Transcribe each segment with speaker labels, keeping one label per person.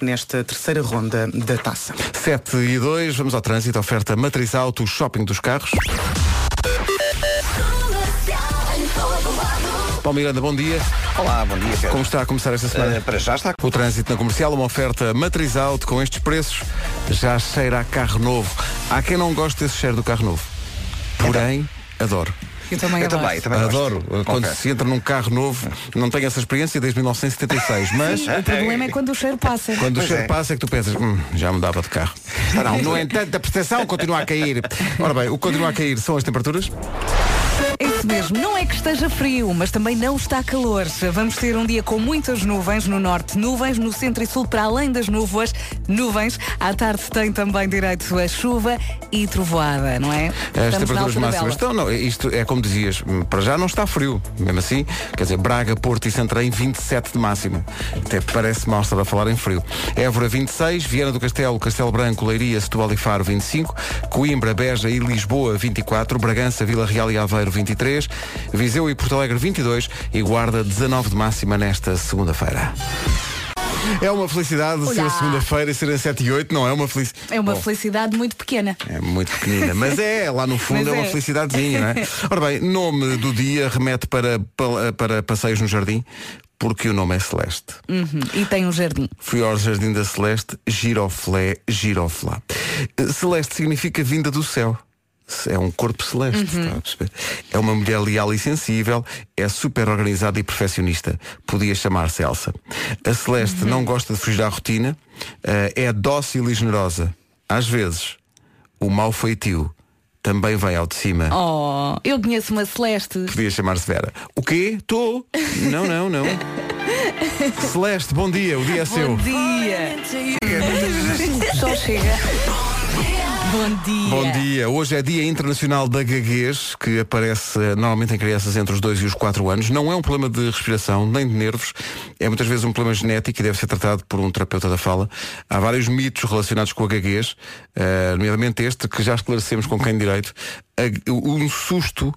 Speaker 1: nesta terceira ronda da taça.
Speaker 2: 7 e 2, vamos ao trânsito, oferta Matriz Auto, shopping dos carros. Paulo Miranda, bom dia.
Speaker 3: Olá, bom dia, Pedro.
Speaker 2: Como está a começar esta semana?
Speaker 4: é?
Speaker 3: Eh, para já está.
Speaker 2: O trânsito na comercial, uma oferta matriz alto com estes preços, já cheira a carro novo. Há quem não goste desse cheiro do carro novo. Porém, adoro.
Speaker 5: Eu também
Speaker 3: Eu
Speaker 5: adoro.
Speaker 3: também, também gosto.
Speaker 2: Adoro. Quando
Speaker 3: Confesso.
Speaker 2: se entra num carro novo, não tenho essa experiência desde 1976, mas.
Speaker 5: O problema é quando o cheiro passa.
Speaker 2: Quando o
Speaker 3: Pois
Speaker 2: cheiro
Speaker 3: é.
Speaker 2: passa é que tu pensas, "Hum, já mudava de carro. Não, no entanto, a prestação continua a cair. Ora bem, o que continua a cair são as temperaturas.
Speaker 5: É Isso mesmo, não é que esteja frio, mas também não está calor. Vamos ter um dia com muitas nuvens no norte, nuvens no centro e sul, para além das nuvens, nuvens. À tarde tem também direito a chuva e trovoada, não é?
Speaker 2: As
Speaker 5: Estamos na
Speaker 2: temperaturas
Speaker 5: altura
Speaker 2: Eh, máximas.
Speaker 5: bela.
Speaker 2: Então, não, isto é como dizias, hum, para já não está frio. Mesmo assim, quer dizer, Braga, Porto e Santarém, 27 de máxima. Até parece mal estar a falar em frio. Évora, 26. Viana do Castelo, Castelo Branco, Leiria, Setúbal e Faro, 25. Coimbra, Beja e Lisboa, 24. Bragança, Vila Real e Aveiro, 23. Viseu e Porto Alegre, 22. E Guarda, 19 de máxima nesta segunda-feira. É uma felicidade ser
Speaker 5: Olá.
Speaker 2: segunda-feira e serem 7 e 8, não é uma felicidade.
Speaker 5: É uma felicidade muito pequena.
Speaker 2: É muito pequenina, mas é, lá no fundo
Speaker 5: Mas
Speaker 2: é uma
Speaker 5: é.
Speaker 2: felicidadezinha, não é? Ora bem, nome do dia remete para, para, para passeios no jardim, porque o nome é Celeste.
Speaker 5: Uhum, E tem um jardim.
Speaker 2: Fui ao Jardim da Celeste, giroflé, giroflá. Eh, Celeste significa vinda do céu. É um corpo celeste,
Speaker 5: Uhum.
Speaker 2: está a perceber? É uma mulher leal e sensível, é super organizada e perfeccionista. Podia chamar-se Elsa. A Celeste
Speaker 5: Uhum.
Speaker 2: não gosta de fugir à rotina, eh, é dócil e generosa. Às vezes, o mau feitio também vem ao de cima.
Speaker 5: Oh, eu conheço uma Celeste.
Speaker 2: Podia chamar-se Vera. O quê? Estou? Não, não, não. Celeste, bom dia, o dia é seu.
Speaker 5: Bom dia. Só chega. Bom dia.
Speaker 2: Bom dia. Hoje é Dia Internacional da Gaguez, que aparece eh, normalmente em crianças entre os 2 e os 4 anos. Não é um problema de respiração, nem de nervos. É muitas vezes um problema genético e deve ser tratado por um terapeuta da fala. Há vários mitos relacionados com a gaguez, eh, nomeadamente este, que já esclarecemos com quem de direito. A- um susto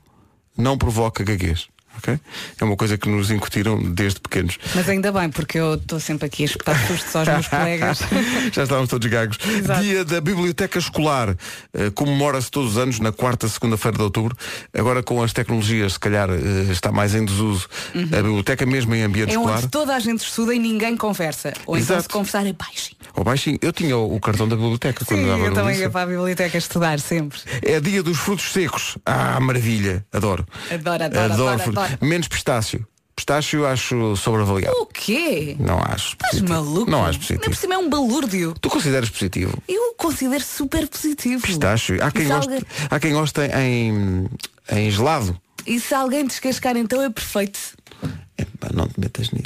Speaker 2: não provoca gaguez. ok? É uma coisa que nos incutiram desde pequenos.
Speaker 5: Mas ainda bem, porque eu estou sempre aqui a espetar sustos aos meus colegas.
Speaker 2: É Já estávamos todos gagos.
Speaker 5: Exato.
Speaker 2: Dia da Biblioteca Escolar. Eh, Comemora-se todos os anos na quarta segunda-feira de outubro. Agora com as tecnologias, se calhar eh, está mais em desuso a biblioteca mesmo em ambiente
Speaker 5: Uhum. É
Speaker 2: escolar.
Speaker 5: onde toda a gente estuda e ninguém conversa. Ou então
Speaker 2: Exato.
Speaker 5: se conversar é baixinho.
Speaker 2: Ou baixinho, eu tinha o o cartão da biblioteca quando
Speaker 5: Sim,
Speaker 2: andava
Speaker 5: eu
Speaker 2: no
Speaker 5: também
Speaker 2: liceu.
Speaker 5: ia para a biblioteca estudar sempre.
Speaker 2: É dia dos frutos secos. Ah, maravilha. Adoro.
Speaker 5: Adoro, adoro, adoro,
Speaker 2: fruto-
Speaker 5: adoro.
Speaker 2: Menos pistácio. Pistácio acho sobreavaliado.
Speaker 5: O quê?
Speaker 2: Não acho.
Speaker 5: Estás
Speaker 2: positivo.
Speaker 5: maluco?
Speaker 2: Não acho
Speaker 5: Nem por
Speaker 2: positivo.
Speaker 5: cima é um balúrdio.
Speaker 2: Tu consideras positivo?
Speaker 5: Eu o considero super positivo.
Speaker 2: Pistácio. Há quem,
Speaker 5: E se
Speaker 2: goste,
Speaker 5: alguém-
Speaker 2: há quem goste em, em gelado.
Speaker 5: E se alguém descascar, então é perfeito.
Speaker 2: Epá, É, não te metas nisso.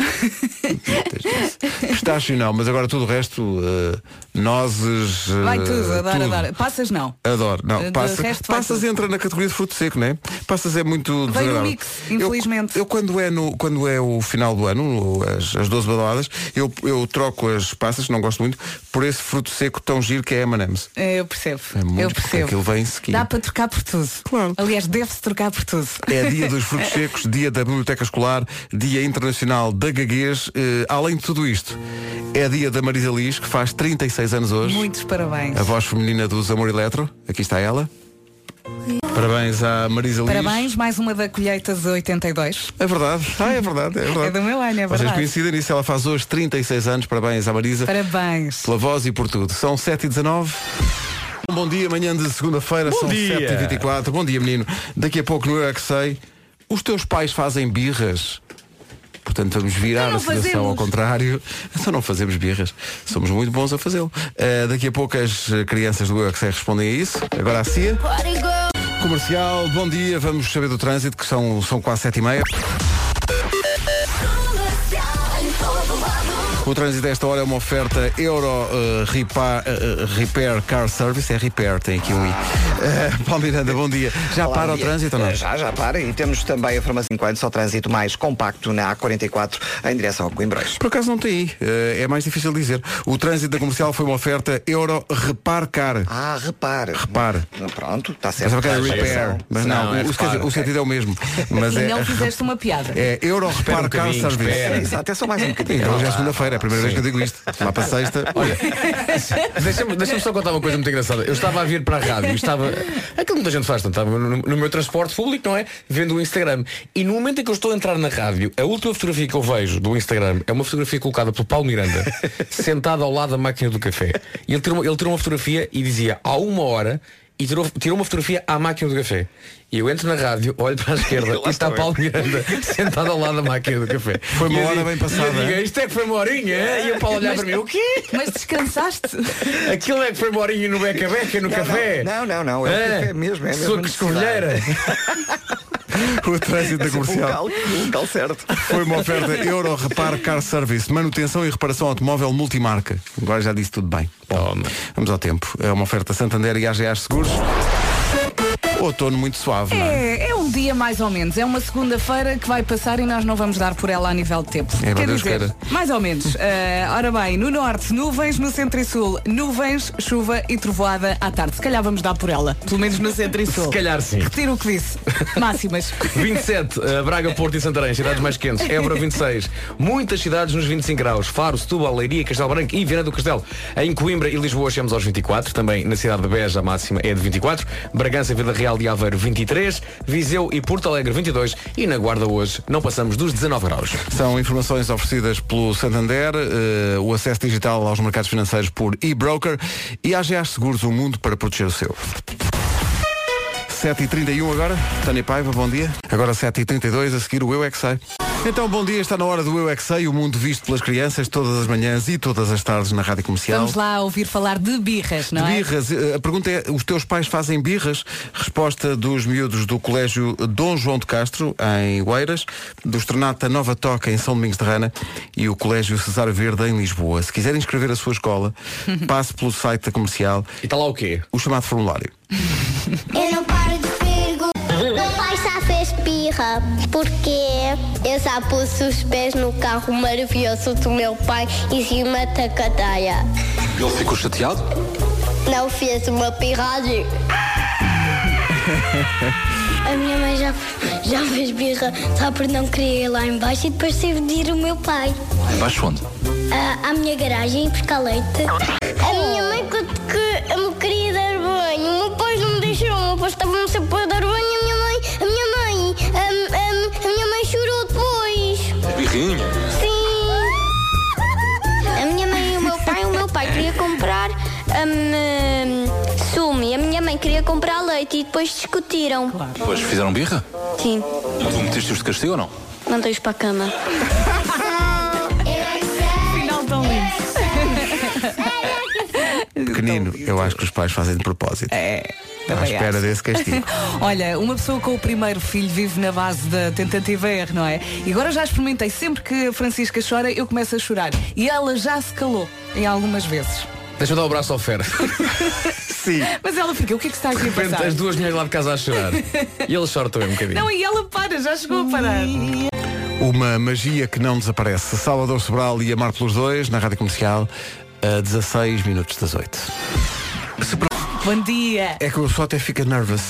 Speaker 2: Não te metas nisso. Pistácio não, mas agora tudo o resto, eh, nozes. eh,
Speaker 5: Vai tudo, adoro,
Speaker 2: tudo.
Speaker 5: adoro. Passas não.
Speaker 2: Adoro. Não,
Speaker 5: De
Speaker 2: passa,
Speaker 5: resto vai
Speaker 2: passas
Speaker 5: tudo. um
Speaker 2: entra na categoria de fruto seco, não é? Passas é muito desagradável.
Speaker 5: mix,
Speaker 2: Eu-
Speaker 5: infelizmente.
Speaker 2: Eu, quando, é no, quando é o final do ano, o- as, as 12 badaladas, eu, eu troco as passas, não gosto muito, por esse fruto seco tão giro que é M&M's.
Speaker 5: É, Eu percebo.
Speaker 2: É muito
Speaker 5: eu
Speaker 2: porque
Speaker 5: percebo.
Speaker 2: aquilo vem em seguida.
Speaker 5: Dá para trocar por tudo.
Speaker 2: Claro.
Speaker 5: Aliás, deve-se trocar por tudo.
Speaker 2: É dia dos frutos secos, dia da biblioteca escolar, dia internacional da gaguez. Eh, além de tudo isto, é dia da Marisa Liz, que faz 36 anos hoje.
Speaker 5: Muitos parabéns.
Speaker 2: A voz feminina dos Amor Eletro. Aqui está ela. Parabéns à Marisa Liz.
Speaker 5: Parabéns, mais uma da colheita de 82.
Speaker 2: É verdade. Ah, é verdade. É, verdade.
Speaker 5: É do meu ano, é
Speaker 2: Vocês
Speaker 5: verdade.
Speaker 2: coincidem nisso. Ela faz hoje 36 anos. Parabéns à Marisa.
Speaker 5: Parabéns.
Speaker 2: Pela voz e por tudo. São 7h19. Um Bom dia, manhã de segunda-feira, são 7h24. Bom dia, menino. Daqui a pouco no Eu É Que Sei, os teus pais fazem birras. Portanto, vamos virar
Speaker 5: Então Não
Speaker 2: a situação
Speaker 5: fazemos.
Speaker 2: ao contrário. Então não fazemos birras. Somos muito bons a fazê-lo. Uh, daqui a pouco as uh, crianças do Eu É Que Sei respondem a isso. Agora a CIA. Comercial, bom dia. Vamos saber do trânsito, que são, são quase 7h30. O trânsito desta hora é uma oferta Euro eh, Ripa- eh, eh, Repair Car Service. É Repair, tem aqui um i. Eh, Paulo Miranda, bom dia. Já
Speaker 3: Olá,
Speaker 2: para
Speaker 3: bom
Speaker 2: o
Speaker 3: dia.
Speaker 2: trânsito ou não?
Speaker 3: Eh, Já, já para. E temos também a formação enquanto só trânsito mais compacto na A44 em direção ao Coimbrões.
Speaker 2: Por acaso não tem i. Eh, é mais difícil dizer. O trânsito da comercial foi uma oferta Euro Repar Car. É
Speaker 3: Ah, repare.
Speaker 2: Repare.
Speaker 3: Pronto, está
Speaker 2: Eu
Speaker 3: certo.
Speaker 2: sabia que era
Speaker 3: Tens
Speaker 2: Repair.
Speaker 3: razão.
Speaker 2: Mas não,
Speaker 6: Não, é
Speaker 2: o, o-
Speaker 6: reparo,
Speaker 2: quer dizer, o
Speaker 6: ok.
Speaker 2: sentido é o mesmo. Mas
Speaker 5: E
Speaker 2: é,
Speaker 5: não fizeste uma piada.
Speaker 2: é Euro
Speaker 6: Espera um
Speaker 2: Repar Car
Speaker 6: bocadinho,
Speaker 2: Service.
Speaker 6: espera.
Speaker 3: Exato, é só mais um bocadinho.
Speaker 2: Então já é segunda-feira. é a primeira vez que eu digo isto. Lá para sexta. Olha,
Speaker 6: Deixa-me deixa-me só contar uma coisa muito engraçada. Eu estava a vir para a rádio, estava. Aquilo que muita gente faz, portanto, estava no, no meu transporte público, não é? Vendo o Instagram. E no momento em que eu estou a entrar na rádio, a última fotografia que eu vejo do Instagram é uma fotografia colocada pelo Paulo Miranda, sentado ao lado da máquina do café. E ele tirou, uma- ele tirou uma fotografia e dizia há uma hora. E tirou, tirou uma fotografia à máquina do café. E eu entro na rádio, olho para a esquerda e está Paulo Miranda sentado ao lado da máquina do café.
Speaker 2: Foi uma
Speaker 6: E eu
Speaker 2: hora
Speaker 6: digo-
Speaker 2: bem passada,
Speaker 6: e eu digo,
Speaker 2: é?
Speaker 6: Isto é que foi uma horinha. é?" E o Paulo olhar para mim, o quê?
Speaker 5: Mas descansaste?
Speaker 6: Aquilo é que foi morinho no beca-beca, no café.
Speaker 3: Não, não, não. É, o café mesmo. É a mesma
Speaker 6: Sua que
Speaker 3: necessidade.
Speaker 6: escolheira.
Speaker 2: o trânsito da
Speaker 3: É sempre um
Speaker 2: comercial.
Speaker 3: cal, um cal certo.
Speaker 2: Foi uma oferta Euro Repar Car Service, manutenção e reparação automóvel multimarca. Agora já disse tudo bem. Bom, vamos ao tempo. É uma oferta Santander e AGA Seguros. Outono muito suave, não é?
Speaker 5: É, é um dia mais ou menos. É uma segunda-feira que vai passar e nós não vamos dar por ela a nível de tempo.
Speaker 2: É, meu
Speaker 5: Quer
Speaker 2: Deus
Speaker 5: dizer,
Speaker 2: queira.
Speaker 5: mais ou menos. Ah, ora bem, no norte, nuvens, no centro e sul, nuvens, chuva e trovoada à tarde. Se calhar vamos dar por ela, pelo menos no centro e sul.
Speaker 6: Se calhar sim.
Speaker 5: Retiro o que disse. Máximas.
Speaker 6: 27, eh, Braga, Porto e Santarém, cidades mais quentes. Évora 26. Muitas cidades nos 25 graus. Faro, Setúbal, Leiria, Castelo Branco e Viana do Castelo. Em Coimbra e Lisboa chegamos aos 24. Também na cidade de Beja a máxima é de 24. Bragança, Vila Real e Aveiro 23. Viseu e Porto Alegre 22. E na Guarda hoje não passamos dos 19 graus.
Speaker 2: São informações oferecidas pelo Santander, eh, o acesso digital aos mercados financeiros por e-broker e AGA Seguros, o mundo para proteger o seu. 7h31 agora, Tânia Paiva, bom dia. Agora 7h32, a seguir o Eu É Que Sei. Então, bom dia, está na hora do Eu É Que Sei, o mundo visto pelas crianças, todas as manhãs e todas as tardes na Rádio Comercial.
Speaker 5: Vamos lá ouvir falar de birras, não
Speaker 2: De
Speaker 5: é?
Speaker 2: birras, eh, a pergunta é, os teus pais fazem birras? Resposta dos miúdos do Colégio Dom João de Castro, em Oeiras, do Estrenato da Nova Toca, em São Domingos de Rana, e o Colégio Cesar Verde, em Lisboa. Se quiserem inscrever a sua escola, passe pelo site da comercial,
Speaker 6: E está lá o quê?
Speaker 2: o chamado formulário.
Speaker 7: Eu não paro de perguntar. Meu pai já fez pirra, porque eu já pus os pés no carro maravilhoso do meu pai em cima da cadeia.
Speaker 4: Ele ficou chateado?
Speaker 7: Não fez uma pirragem. A minha mãe já, já fez birra só por não querer ir lá embaixo e depois teve de ir o meu pai Ah,
Speaker 4: Embaixo onde?
Speaker 7: à minha garagem buscar leite. A minha mãe quando que eu me queria dar banho, o meu pai não me deixou, o meu pai estava-me sempre a dar banho, a minha mãe, a minha mãe, hum, hum, a minha mãe chorou depois.
Speaker 4: Birrinha.
Speaker 7: Sim. A minha mãe e o meu pai, o meu pai queria comprar hum, hum, sumo e a minha mãe queria comprar leite e depois discutiram.
Speaker 4: Depois fizeram birra?
Speaker 7: Sim,
Speaker 4: E tu meteste-os de castigo ou não?
Speaker 7: mandei-os para a cama.
Speaker 5: Final tão lindo.
Speaker 2: Pequenino, eu acho que os pais fazem de propósito. É, à
Speaker 5: também
Speaker 2: espera
Speaker 5: acho.
Speaker 2: desse castigo.
Speaker 5: Olha, uma pessoa com o primeiro filho vive na base da tentativa erro, não é? E agora já experimentei, sempre que a Francisca chora, eu começo a chorar. E ela já se calou em algumas vezes.
Speaker 6: Deixa-me dar o braço ao ferro.
Speaker 2: Sim.
Speaker 5: Mas ela fica, o que é que está aqui a
Speaker 6: De repente
Speaker 5: passar?
Speaker 6: as duas mulheres lá de casa a chorar. E ele chora também um bocadinho.
Speaker 5: Não, e ela para, já chegou a parar.
Speaker 2: Uma magia que não desaparece. Salvador Sobral e Amar pelos Dois, na Rádio Comercial, a 16 minutos das 8.
Speaker 5: Bom dia.
Speaker 2: É que eu só até fica nervous.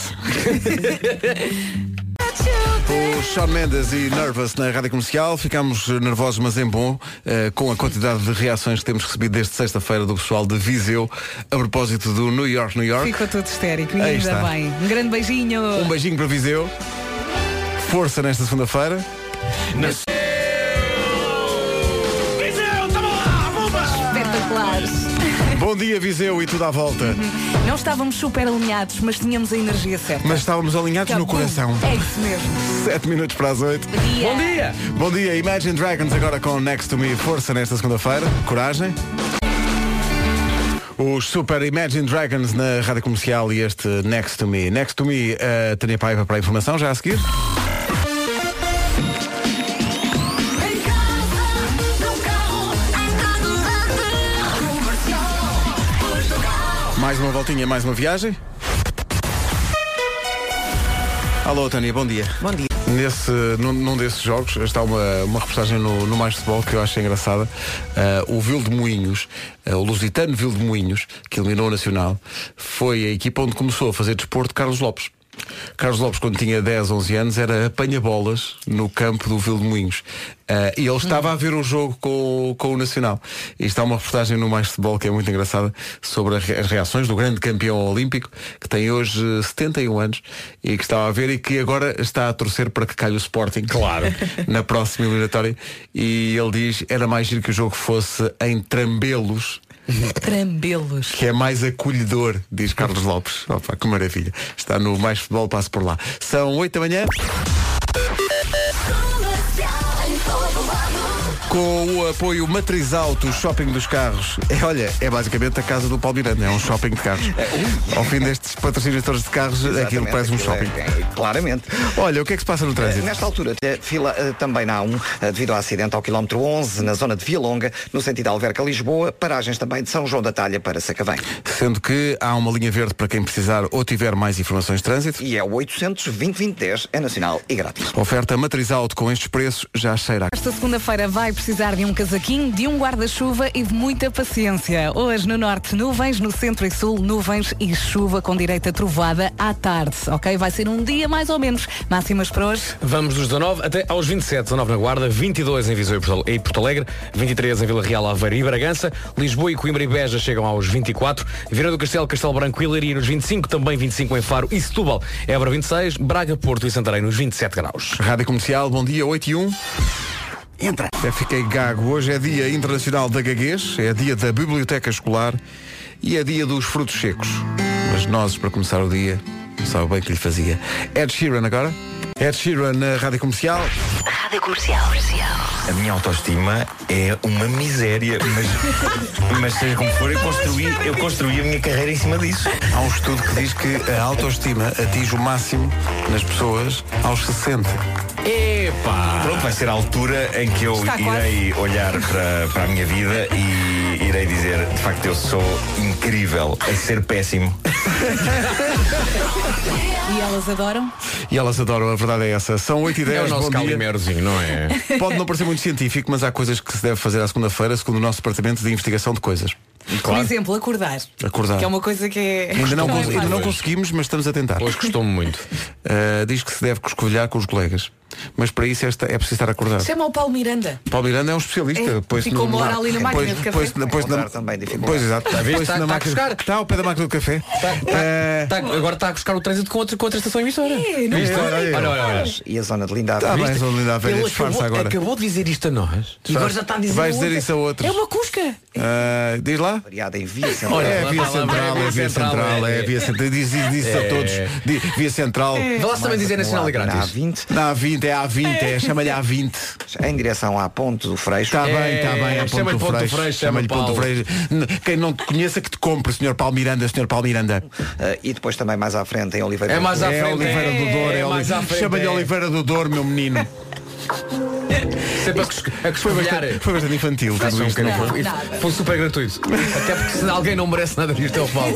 Speaker 2: O Shawn Mendes e Nervous na Rádio Comercial. Ficámos eh, nervosos, mas em bom, eh, com a quantidade de reações que temos recebido desde sexta-feira do pessoal de Viseu a propósito do New York, New York.
Speaker 5: Ficou todo histérico,
Speaker 2: Aí
Speaker 5: ainda
Speaker 2: está.
Speaker 5: bem. Um grande beijinho.
Speaker 2: Um beijinho para Viseu. Força nesta segunda-feira.
Speaker 5: Espetaculares.
Speaker 2: Bom dia, Viseu, e tudo à volta.
Speaker 5: Não estávamos super alinhados, mas tínhamos a energia certa.
Speaker 2: Mas estávamos alinhados no
Speaker 5: Cabum.
Speaker 2: coração.
Speaker 5: É isso mesmo.
Speaker 2: 7 minutos para as 8.
Speaker 6: Bom dia!
Speaker 2: Bom dia, Imagine Dragons agora com Next to Me. Força nesta segunda-feira. Coragem. Os Super Imagine Dragons na rádio comercial e este Next to Me. Next to Me, a Tânia Paiva para a informação, já a seguir. Mais uma voltinha, mais uma viagem. Alô, Tânia, bom dia. Bom dia. Nesse, num, num desses jogos está uma, uma reportagem no, no Mais Futebol que eu achei engraçada. Ah, o Vil de Moinhos, ah, o lusitano Vil de Moinhos, que eliminou o Nacional, foi a equipa onde começou a fazer desporto Carlos Lopes. Carlos Lopes, quando tinha 10, 11 anos, era apanha-bolas no campo do Vil de Moinhos. Ah, e ele estava a ver o jogo com, o- com o Nacional. E está uma reportagem no Mais Futebol que é muito engraçada sobre a re- as reações do grande campeão olímpico, que tem hoje eh, 71 anos e que estava a ver e que agora está a torcer para que calhe o Sporting. Claro. Na próxima eliminatória. E ele diz, era mais giro que o jogo fosse em Trambelos
Speaker 5: Trambelos.
Speaker 2: que é mais acolhedor, diz Carlos Lopes. Opa, que maravilha. Está no Mais Futebol, passo por lá. São 8 da manhã. Com o apoio matriz alto, o shopping dos carros. É, olha, é basicamente a casa do Paulo Miranda, é um shopping de carros. Ao fim destes patrocínios todos de carros, aquilo
Speaker 3: É um? Exatamente,
Speaker 2: parece um
Speaker 3: aquilo é-
Speaker 2: shopping.
Speaker 3: é- claramente.
Speaker 2: Olha, o que é que se passa no trânsito?
Speaker 3: Nesta altura, eh, fila eh, também na A1, eh, devido ao acidente ao quilómetro 11, na zona de Via Longa, no sentido Alverca-Lisboa, paragens também de São João da Talha para Sacavém.
Speaker 2: Sendo que há uma linha verde para quem precisar ou tiver mais informações de trânsito.
Speaker 3: E é o 800 é nacional e grátis.
Speaker 2: Oferta matriz alto com estes preços já cheira a
Speaker 5: Esta segunda-feira vai precisar de um casaquinho, de um guarda-chuva e de muita paciência. Hoje no norte nuvens, no centro e sul nuvens e chuva com direita trovada à tarde, ok? Vai ser um dia mais ou menos. Máximas para hoje.
Speaker 6: Vamos dos 19 até aos 27, 19 na Guarda, 22 em Viseu e Porto- e Porto Alegre, 23 em Vila Real, Aveiro e Bragança, Lisboa e Coimbra e Beja chegam aos 24, Vieira do Castelo, Castelo Branco e Leiria nos 25, também 25 em Faro e Setúbal, Évora 26, Braga, Porto e Santarém nos 27 graus.
Speaker 2: Rádio Comercial, bom dia, 8 e 1. Entra. Eu fiquei gago. Hoje é Dia Internacional da Gaguez, é dia da Biblioteca Escolar e é dia dos frutos secos. Mas nozes para começar o dia, não sabe bem o que lhe fazia. Ed Sheeran agora. Ed Sheeran na Rádio Comercial.
Speaker 8: Rádio Comercial.
Speaker 9: A minha autoestima é uma miséria, mas, mas seja como for, eu construí, eu construí a minha carreira em cima disso.
Speaker 2: Há um estudo que diz que a autoestima atinge o máximo nas pessoas aos 60.
Speaker 9: Pronto, vai ser a altura em que eu
Speaker 5: Ah. Está quase.
Speaker 9: irei olhar para, para a minha vida e irei dizer, de facto, eu sou incrível a ser péssimo.
Speaker 5: E elas adoram?
Speaker 2: E elas adoram, a verdade é essa. São 8 e 10
Speaker 6: É o nosso
Speaker 2: bom dia.
Speaker 6: Calimerozinho, não é?
Speaker 2: Pode não parecer muito científico, mas há coisas que se deve fazer à segunda-feira, segundo o nosso Departamento de Investigação de Coisas.
Speaker 5: Por exemplo, acordar.
Speaker 2: Acordar.
Speaker 5: Que é uma coisa que é.
Speaker 2: Ainda não,
Speaker 5: é
Speaker 2: cons-
Speaker 5: fácil.
Speaker 2: ainda não conseguimos, mas estamos a tentar.
Speaker 6: Hoje custou-me muito.
Speaker 2: Uh, diz que se deve coscovilhar com os colegas. Mas para isso esta, é preciso estar acordado.
Speaker 5: Chama o Paulo Miranda.
Speaker 2: Paulo Miranda é um especialista.
Speaker 5: É,
Speaker 2: põe-se
Speaker 5: ficou uma
Speaker 2: no-
Speaker 5: hora ali na máquina
Speaker 2: põe-se-
Speaker 5: de café.
Speaker 2: põe-se- põe-se na-
Speaker 3: Encontrar também dificuldade.
Speaker 2: Pois exato.
Speaker 6: a ver?
Speaker 2: Põe-se
Speaker 6: Está- está
Speaker 2: na
Speaker 6: a
Speaker 2: máquina-
Speaker 6: cuscar.
Speaker 2: Está ao pé da máquina do café. Uh,
Speaker 6: Tá- agora está a buscar o trânsito com outra, com outra estação emissora.
Speaker 5: não
Speaker 6: Viste?
Speaker 2: é?
Speaker 6: Olha, olha, olha.
Speaker 3: E a zona de Linda
Speaker 2: Está
Speaker 3: Avenida.
Speaker 2: tá bem, Zona Linda a
Speaker 6: Ele
Speaker 2: Velha, disfarça
Speaker 6: acabou,
Speaker 2: agora.
Speaker 6: acabou de dizer isto a nós. E agora já está a dizer
Speaker 2: Vais
Speaker 6: a
Speaker 2: dizer
Speaker 6: outra.
Speaker 2: isso a outros.
Speaker 5: É uma cusca.
Speaker 2: Uh, diz lá.
Speaker 3: variada em Via Central.
Speaker 6: Olha,
Speaker 2: É a
Speaker 6: lá
Speaker 2: via
Speaker 6: está, lá
Speaker 2: central, é a via central, é a via central. Diz diz- diz isso a
Speaker 6: É.
Speaker 2: todos. Diz, Via central.
Speaker 5: É.
Speaker 6: Vá lá também dizer nacional e
Speaker 3: Na
Speaker 2: Ah,
Speaker 6: grátis.
Speaker 3: A20,
Speaker 2: Na A20, é a A20, é, chama-lhe A20.
Speaker 3: em direção É à Ponte do Freixo.
Speaker 2: Está
Speaker 6: É,
Speaker 2: bem, está bem. É
Speaker 6: chama-lhe Ponto
Speaker 2: Freixo,
Speaker 6: Freixo,
Speaker 2: chama-lhe
Speaker 6: chama
Speaker 2: Ponto
Speaker 6: Paulo.
Speaker 2: Freixo. N- Quem não te conheça, que te compre, Sr. Paulo Miranda, Sr. Paulo Miranda.
Speaker 3: Eh, e depois também mais à frente em Oliveira.
Speaker 6: É
Speaker 3: do
Speaker 6: mais
Speaker 3: Douro.
Speaker 6: à
Speaker 2: é
Speaker 6: frente,
Speaker 2: Oliveira
Speaker 6: é,
Speaker 2: do Douro,
Speaker 6: é
Speaker 2: é
Speaker 6: mais à
Speaker 2: Oliveira.
Speaker 6: frente,
Speaker 2: Chama-lhe
Speaker 6: é.
Speaker 2: Oliveira do Douro, meu menino.
Speaker 6: Sempre a cus- a
Speaker 2: Foi
Speaker 6: cuscovilhar.
Speaker 2: bastante, foi bastante infantil tudo isto, não foi?
Speaker 6: Foi- um Foi super gratuito. Até porque se alguém não merece nada disto, é eu falo.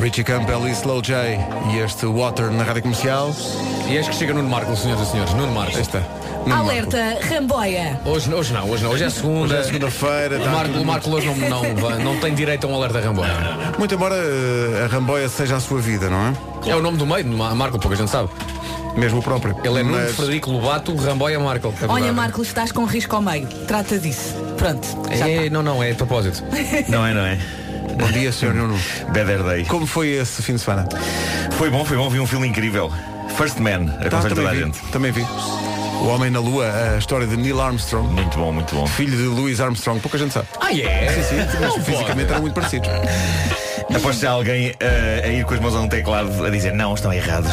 Speaker 2: Richie Campbell e Slow J e este Water na rádio comercial.
Speaker 6: E acho que chega Nuno Marco, senhoras e senhores. Nuno Marco.
Speaker 2: Aí está. Nuno Marco.
Speaker 5: Alerta, Ramboia.
Speaker 6: Hoje, hoje não, hoje não. Hoje é segunda.
Speaker 2: Hoje é segunda-feira,
Speaker 6: O
Speaker 2: tá
Speaker 6: Marco,
Speaker 2: tudo
Speaker 6: o Marco hoje não, não, va- não tem direito a um alerta Ramboia.
Speaker 2: Muito embora eh, a Ramboia seja a sua vida, não é?
Speaker 6: É o nome do meio, de Ma- Marco, pouca gente sabe.
Speaker 2: Mesmo o próprio.
Speaker 6: Ele é Nuno
Speaker 2: Mas-
Speaker 6: Frederico Lobato, Ramboia Marco. É
Speaker 5: Olha,
Speaker 6: verdade.
Speaker 5: Marcos, estás com risco ao meio. Trata disso. Pronto. Já
Speaker 6: É, não, não, é de propósito.
Speaker 9: Não é, não é?
Speaker 2: Bom dia, Sr. Nuno.
Speaker 9: Better Day.
Speaker 2: Como foi esse fim de semana?
Speaker 9: Foi bom, foi bom, vi um filme incrível. First Man, aconselho
Speaker 2: Tá,
Speaker 9: É toda a
Speaker 2: também,
Speaker 9: gente.
Speaker 2: vi, também vi. O Homem na Lua, a história de Neil Armstrong.
Speaker 9: Muito bom, muito bom.
Speaker 2: Filho de Louis Armstrong, pouca gente sabe.
Speaker 6: Ah, é?
Speaker 2: Sim, sim, mas fisicamente eram muito parecidos.
Speaker 9: Aposto que há alguém eh, a ir com as mãos a um teclado a dizer não, estão errados.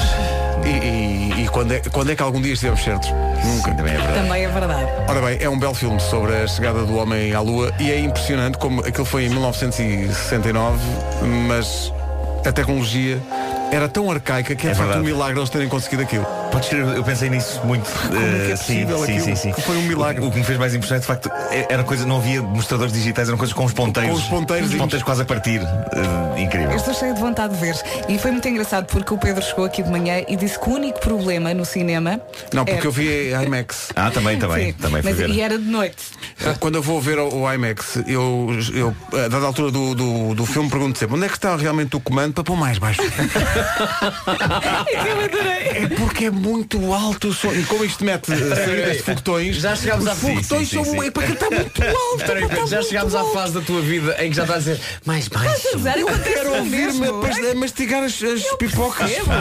Speaker 2: E, e- e quando, é, quando é que algum dia estivemos certos?
Speaker 9: Nunca. Também é verdade.
Speaker 5: Também é verdade.
Speaker 2: Ora bem, é um belo filme sobre a chegada do homem à Lua e é impressionante como aquilo foi em 1969, mas a tecnologia era tão arcaica que é,
Speaker 9: É
Speaker 2: de facto um
Speaker 9: verdade.
Speaker 2: milagre eles terem conseguido aquilo.
Speaker 9: Podes crer, eu pensei nisso muito.
Speaker 2: é que é
Speaker 9: eh,
Speaker 2: possível aquilo? Que foi um milagre.
Speaker 9: O, o que me fez mais impressionante, de facto, é- era coisa, não havia mostradores digitais, eram coisas com os ponteiros.
Speaker 2: Com os ponteiros.
Speaker 9: Os ponteiros quase a partir. Eh,
Speaker 5: Eu
Speaker 9: incrível.
Speaker 5: estou cheia de vontade de ver. E foi muito engraçado porque o Pedro chegou aqui de manhã e disse que o único problema no cinema.
Speaker 2: Não, porque
Speaker 5: era...
Speaker 2: eu vi a IMAX.
Speaker 9: Ah, também,
Speaker 6: Tá
Speaker 9: também.
Speaker 5: Sim,
Speaker 9: também fui
Speaker 5: mas,
Speaker 9: ver.
Speaker 5: E é- era de noite.
Speaker 2: Quando eu vou ver o, o IMAX, eu, eu, a dada altura do, do, do filme, pergunto sempre onde é que está realmente o comando para pôr mais baixo.
Speaker 6: Ah,
Speaker 5: eu adorei.
Speaker 2: É porque é muito muito alto o som. E como isto mete eh, saídas de foguetões,
Speaker 6: Já chegámos
Speaker 2: os
Speaker 6: à- Sim,
Speaker 2: foguetões
Speaker 9: sim,
Speaker 2: são
Speaker 9: sim, sim.
Speaker 2: é porque está muito alto.
Speaker 6: Espera aí,
Speaker 5: Então
Speaker 2: pá, está
Speaker 6: já
Speaker 2: muito
Speaker 6: chegámos à
Speaker 2: alto.
Speaker 6: fase da tua vida em que já estás a dizer mais baixo.
Speaker 5: Apesar, eu
Speaker 2: Quero
Speaker 5: acontece
Speaker 2: ouvir-me a,
Speaker 5: mesmo.
Speaker 2: pas- a mastigar as, as
Speaker 5: Eu
Speaker 2: pipocas.
Speaker 5: percebo,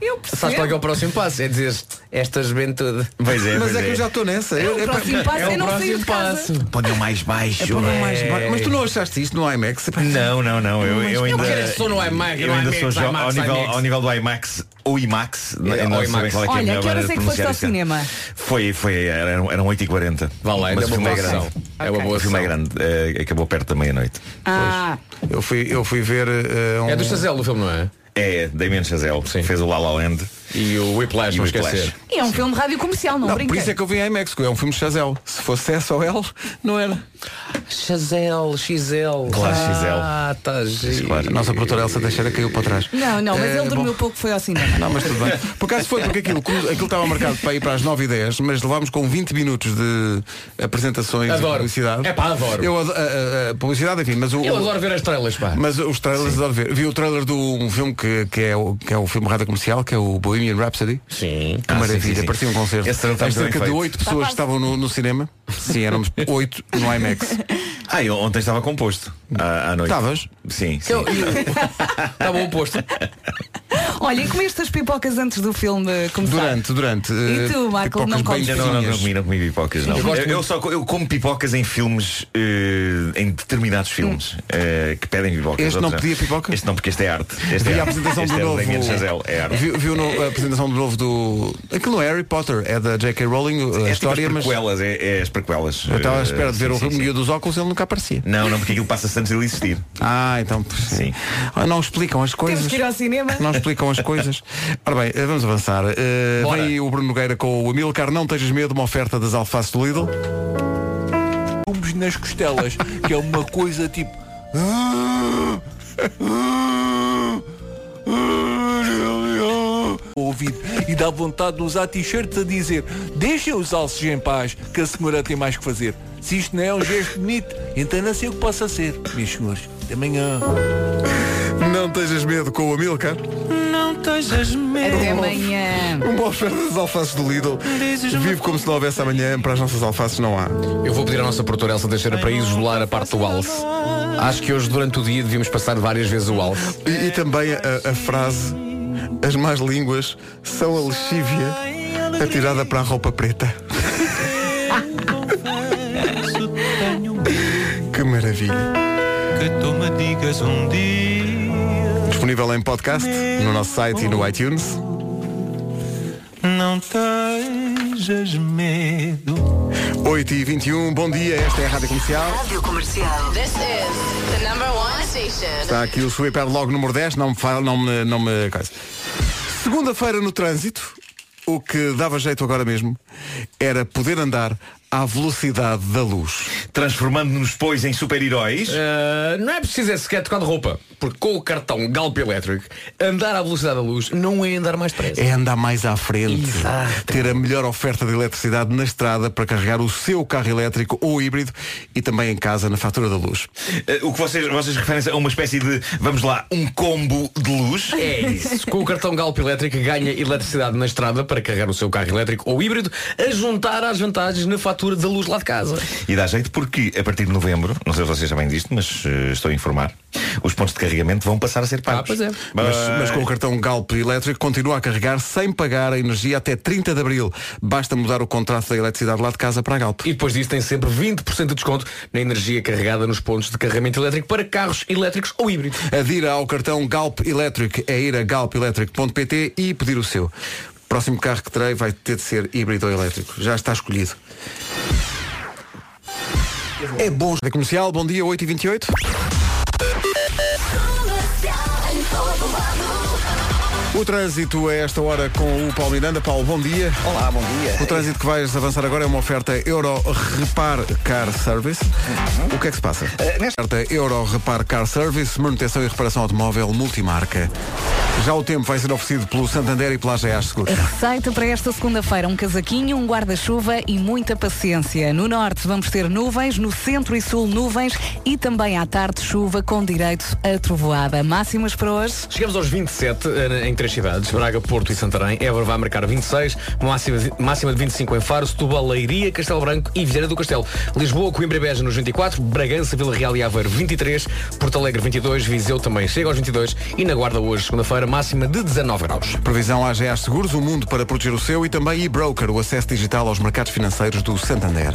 Speaker 5: Eu
Speaker 6: Sabes qual é que é
Speaker 5: percebo.
Speaker 6: o próximo passo? É dizer esta juventude.
Speaker 9: Pois é,
Speaker 2: Mas
Speaker 9: pois
Speaker 2: é que eu já estou nessa. Eu-
Speaker 5: O
Speaker 2: é pá,
Speaker 5: próximo passo é, não sair de casa.
Speaker 9: Ponham mais baixo.
Speaker 2: põe-me mais
Speaker 9: é.
Speaker 2: baixo. Mas tu não achaste isto no IMAX? Pá,
Speaker 9: Não, não, não. Eu, eu ainda.
Speaker 6: quero
Speaker 5: é
Speaker 6: esse som no IMAX,
Speaker 9: eu
Speaker 6: no
Speaker 9: ainda
Speaker 6: IMAX,
Speaker 9: sou jovem.
Speaker 6: IMAX,
Speaker 9: Ao nível,
Speaker 6: IMAX.
Speaker 9: ao nível do IMAX ou IMAX. eu
Speaker 6: É,
Speaker 9: não sei
Speaker 6: ou
Speaker 9: bem
Speaker 6: IMAX.
Speaker 9: qual é que é a
Speaker 5: Olha,
Speaker 9: melhor
Speaker 5: que horas
Speaker 9: maneira de
Speaker 5: é que foste
Speaker 9: pronunciar
Speaker 5: ao
Speaker 9: isso.
Speaker 5: cinema?
Speaker 9: Foi, foi, eram, eram 8h40.
Speaker 6: Vá lá, ainda
Speaker 9: Mas
Speaker 6: é
Speaker 9: o filme é
Speaker 6: uma boa
Speaker 9: grande.
Speaker 6: ação. É uma
Speaker 5: Ok.
Speaker 6: boa
Speaker 9: O filme é
Speaker 6: ação.
Speaker 9: grande. eh, acabou perto da meia-noite.
Speaker 5: Ah,
Speaker 2: Eu fui, eu fui ver eh, um...
Speaker 6: É do Chazelle o filme, não é?
Speaker 9: É, Damien Chazelle.
Speaker 6: Sim.
Speaker 9: Fez o La La Land.
Speaker 6: E o Whiplash,
Speaker 9: E o
Speaker 6: não
Speaker 9: Whiplash.
Speaker 6: esquecer.
Speaker 5: e é um filme de rádio comercial, não,
Speaker 2: Não,
Speaker 5: brinca.
Speaker 2: por isso é que eu vi IMAX, que é um filme de Chazelle. Se fosse SOL, não era.
Speaker 6: Chazelle, XL.
Speaker 9: Claro,
Speaker 6: Ah, tá giro.
Speaker 2: A nossa produtora Elsa Teixeira caiu para trás.
Speaker 5: Não, não,
Speaker 6: É,
Speaker 5: mas
Speaker 2: Eh,
Speaker 5: ele dormiu
Speaker 2: bom.
Speaker 5: pouco, foi ao cinema.
Speaker 2: Não, mas tudo bem. Por acaso foi, porque aquilo, como aquilo estava marcado para ir para as 9 e 10 mas levámos com 20 minutos de apresentações
Speaker 6: Adoro.
Speaker 2: de publicidade.
Speaker 6: É pá, adoro.
Speaker 2: Eu ado- a, a- a publicidade, enfim, mas o.
Speaker 6: Eu
Speaker 2: o-
Speaker 6: adoro ver as trailers, pá.
Speaker 2: Mas os trailers adoro ver. Vi o trailer de um filme que, que, é, o, que é o filme Rádio Comercial, que é o Bohemian Rhapsody.
Speaker 6: Sim.
Speaker 2: Que
Speaker 9: Ah,
Speaker 2: maravilha,
Speaker 9: sim, sim, sim.
Speaker 2: parecia um concerto.
Speaker 9: Esse trailer está
Speaker 2: As
Speaker 9: muito bem
Speaker 2: cerca de
Speaker 9: feito.
Speaker 5: Tá
Speaker 2: oito pessoas que estavam no, no cinema. Sim, éramos oito no IMAX.
Speaker 9: Ah, eu ontem estava composto. À, à noite.
Speaker 2: Estavas?
Speaker 9: Sim, sim.
Speaker 6: Eu- Está Tá bom o posto.
Speaker 5: Olha, e comeste as pipocas antes do filme começar?
Speaker 2: Durante, durante. eh,
Speaker 5: tu, Marco,
Speaker 2: pipocas
Speaker 5: não comes?
Speaker 2: bem
Speaker 9: Não, não, não, não
Speaker 2: fininhas.
Speaker 9: comi, não comi pipocas, não.
Speaker 6: eu
Speaker 9: Eu,
Speaker 6: gosto
Speaker 9: eu
Speaker 6: muito.
Speaker 9: só co- eu como pipocas em filmes, eh, em determinados filmes, eh, que pedem pipocas.
Speaker 2: Hum. Este não
Speaker 9: Outros
Speaker 2: pedia pipoca?
Speaker 9: Este não, porque este é arte. Este
Speaker 2: Vi
Speaker 9: é
Speaker 2: a
Speaker 9: arte.
Speaker 2: apresentação
Speaker 9: este
Speaker 2: do
Speaker 9: é o
Speaker 2: novo.
Speaker 9: Damien Chazelle, é arte.
Speaker 2: Viu, viu no- a apresentação do novo do. Aquilo não é Harry Potter, é da J.K. Rowling, a
Speaker 9: É tipo as
Speaker 2: história, mas. Eu
Speaker 9: prequelas, é, é as prequelas.
Speaker 2: estava à
Speaker 9: eh,
Speaker 2: espera de ver
Speaker 9: sim,
Speaker 2: o
Speaker 9: sim, sim.
Speaker 2: Romeo dos óculos ele nunca aparecia.
Speaker 9: Não, não, porque aquilo passa-se antes de ele existir.
Speaker 2: Ah, então. pois,
Speaker 9: Sim.
Speaker 2: Ah, Não explicam as
Speaker 5: Temos
Speaker 2: coisas.
Speaker 5: que ir ao cinema.
Speaker 2: Não explicam as coisas. Ora bem, eh, vamos avançar. Eh, vem
Speaker 6: Bora.
Speaker 2: aí o Bruno Nogueira com o Amilcar, não tejas medo, uma oferta das alfaces do Lidl.
Speaker 8: Cumes nas costelas, que é uma coisa tipo. O ouvido e dá vontade de usar t-shirts a dizer deixem os alces em paz que a senhora tem mais que fazer se isto não é um gesto bonito então não sei o que possa ser meus senhores até amanhã
Speaker 2: Não tejas medo com o Amilcar.
Speaker 5: Até amanhã.
Speaker 2: Uma oferta das alfaces do Lidl. Vive como se não houvesse amanhã, para as nossas alfaces não há.
Speaker 6: Eu vou pedir à nossa produtora Elsa Teixeira para isolar a parte do alce. Acho que hoje, durante o dia, devíamos passar várias vezes o alce.
Speaker 2: E, e também a, a frase As más línguas são a lexívia atirada para a roupa preta. que maravilha.
Speaker 8: que tu me digas um dia
Speaker 2: Disponível em podcast, no nosso site e no iTunes.
Speaker 8: não tejas medo
Speaker 2: 8 e 21 bom dia, esta é a Rádio Comercial.
Speaker 10: Rádio Comercial. This is the number one station.
Speaker 2: Está aqui o Sweeper logo número 10, não me fala, não me. Não me coisa. Segunda-feira no trânsito, o que dava jeito agora mesmo era poder andar à velocidade da luz.
Speaker 9: Transformando-nos, pois, em super-heróis.
Speaker 6: Ah, não é preciso esse sequer trocar de roupa, porque com o cartão Galp Electric, andar à velocidade da luz não é andar mais depressa.
Speaker 2: é andar mais à frente,
Speaker 6: Exato.
Speaker 2: ter a melhor oferta de eletricidade na estrada para carregar o seu carro elétrico ou híbrido e também em casa na fatura da luz.
Speaker 9: Eh, o que vocês, vocês referem a uma espécie de, vamos lá, um combo de luz.
Speaker 6: É isso. Com o cartão Galp Elétrica ganha eletricidade na estrada para carregar o seu carro elétrico ou híbrido, a juntar às vantagens na fatura da luz lá de casa.
Speaker 9: E dá jeito porque, a partir de novembro, não sei se vocês sabem disto, mas eh, estou a informar, os pontos de carregamento vão passar a ser pagos.
Speaker 6: Ah, pois é.
Speaker 2: Mas, mas com o cartão Galp elétrico continua a carregar sem pagar a energia até 30 de abril. Basta mudar o contrato da eletricidade lá de casa para a Galp.
Speaker 6: E depois disso tem sempre 20% de desconto na energia carregada nos pontos de carregamento elétrico para carros elétricos ou híbridos.
Speaker 2: Adira ao cartão Galp Electric é ir a galpelectric.pt e pedir o seu. Próximo carro que terei vai ter de ser híbrido ou elétrico. Já está escolhido. É bom. Da comercial, bom dia, 8h28. O trânsito é esta hora com o Paulo Miranda. Paulo, bom dia.
Speaker 3: Olá, bom
Speaker 2: O
Speaker 3: dia.
Speaker 2: trânsito que vais avançar agora é uma oferta Euro Repar Car Service. O que é que se passa?
Speaker 3: nesta-
Speaker 2: Oferta Euro Repar Car Service, manutenção e reparação automóvel multimarca. Já o tempo vai ser oferecido pelo Santander e pela AGA Seguros.
Speaker 5: Receita para esta segunda-feira: um casaquinho, um guarda-chuva e muita paciência. No norte vamos ter nuvens, no centro e sul nuvens e também à tarde chuva com direito a trovoada. Máximas para hoje?
Speaker 6: Chegamos aos 27 eh, em três cidades, Braga, Porto e Santarém. Évora vai marcar 26, máxima, máxima de 25 em Faro, Setúbal, Leiria, Castelo Branco e Viana do Castelo. Lisboa, Coimbra e Beja nos 24, Bragança, Vila Real e Aveiro 23, Porto Alegre 22, Viseu também chega aos 22 e na Guarda hoje, segunda-feira, máxima de 19 graus.
Speaker 2: Previsão AGA Seguros, o mundo para proteger o seu e também e-Broker, o acesso digital aos mercados financeiros do Santander.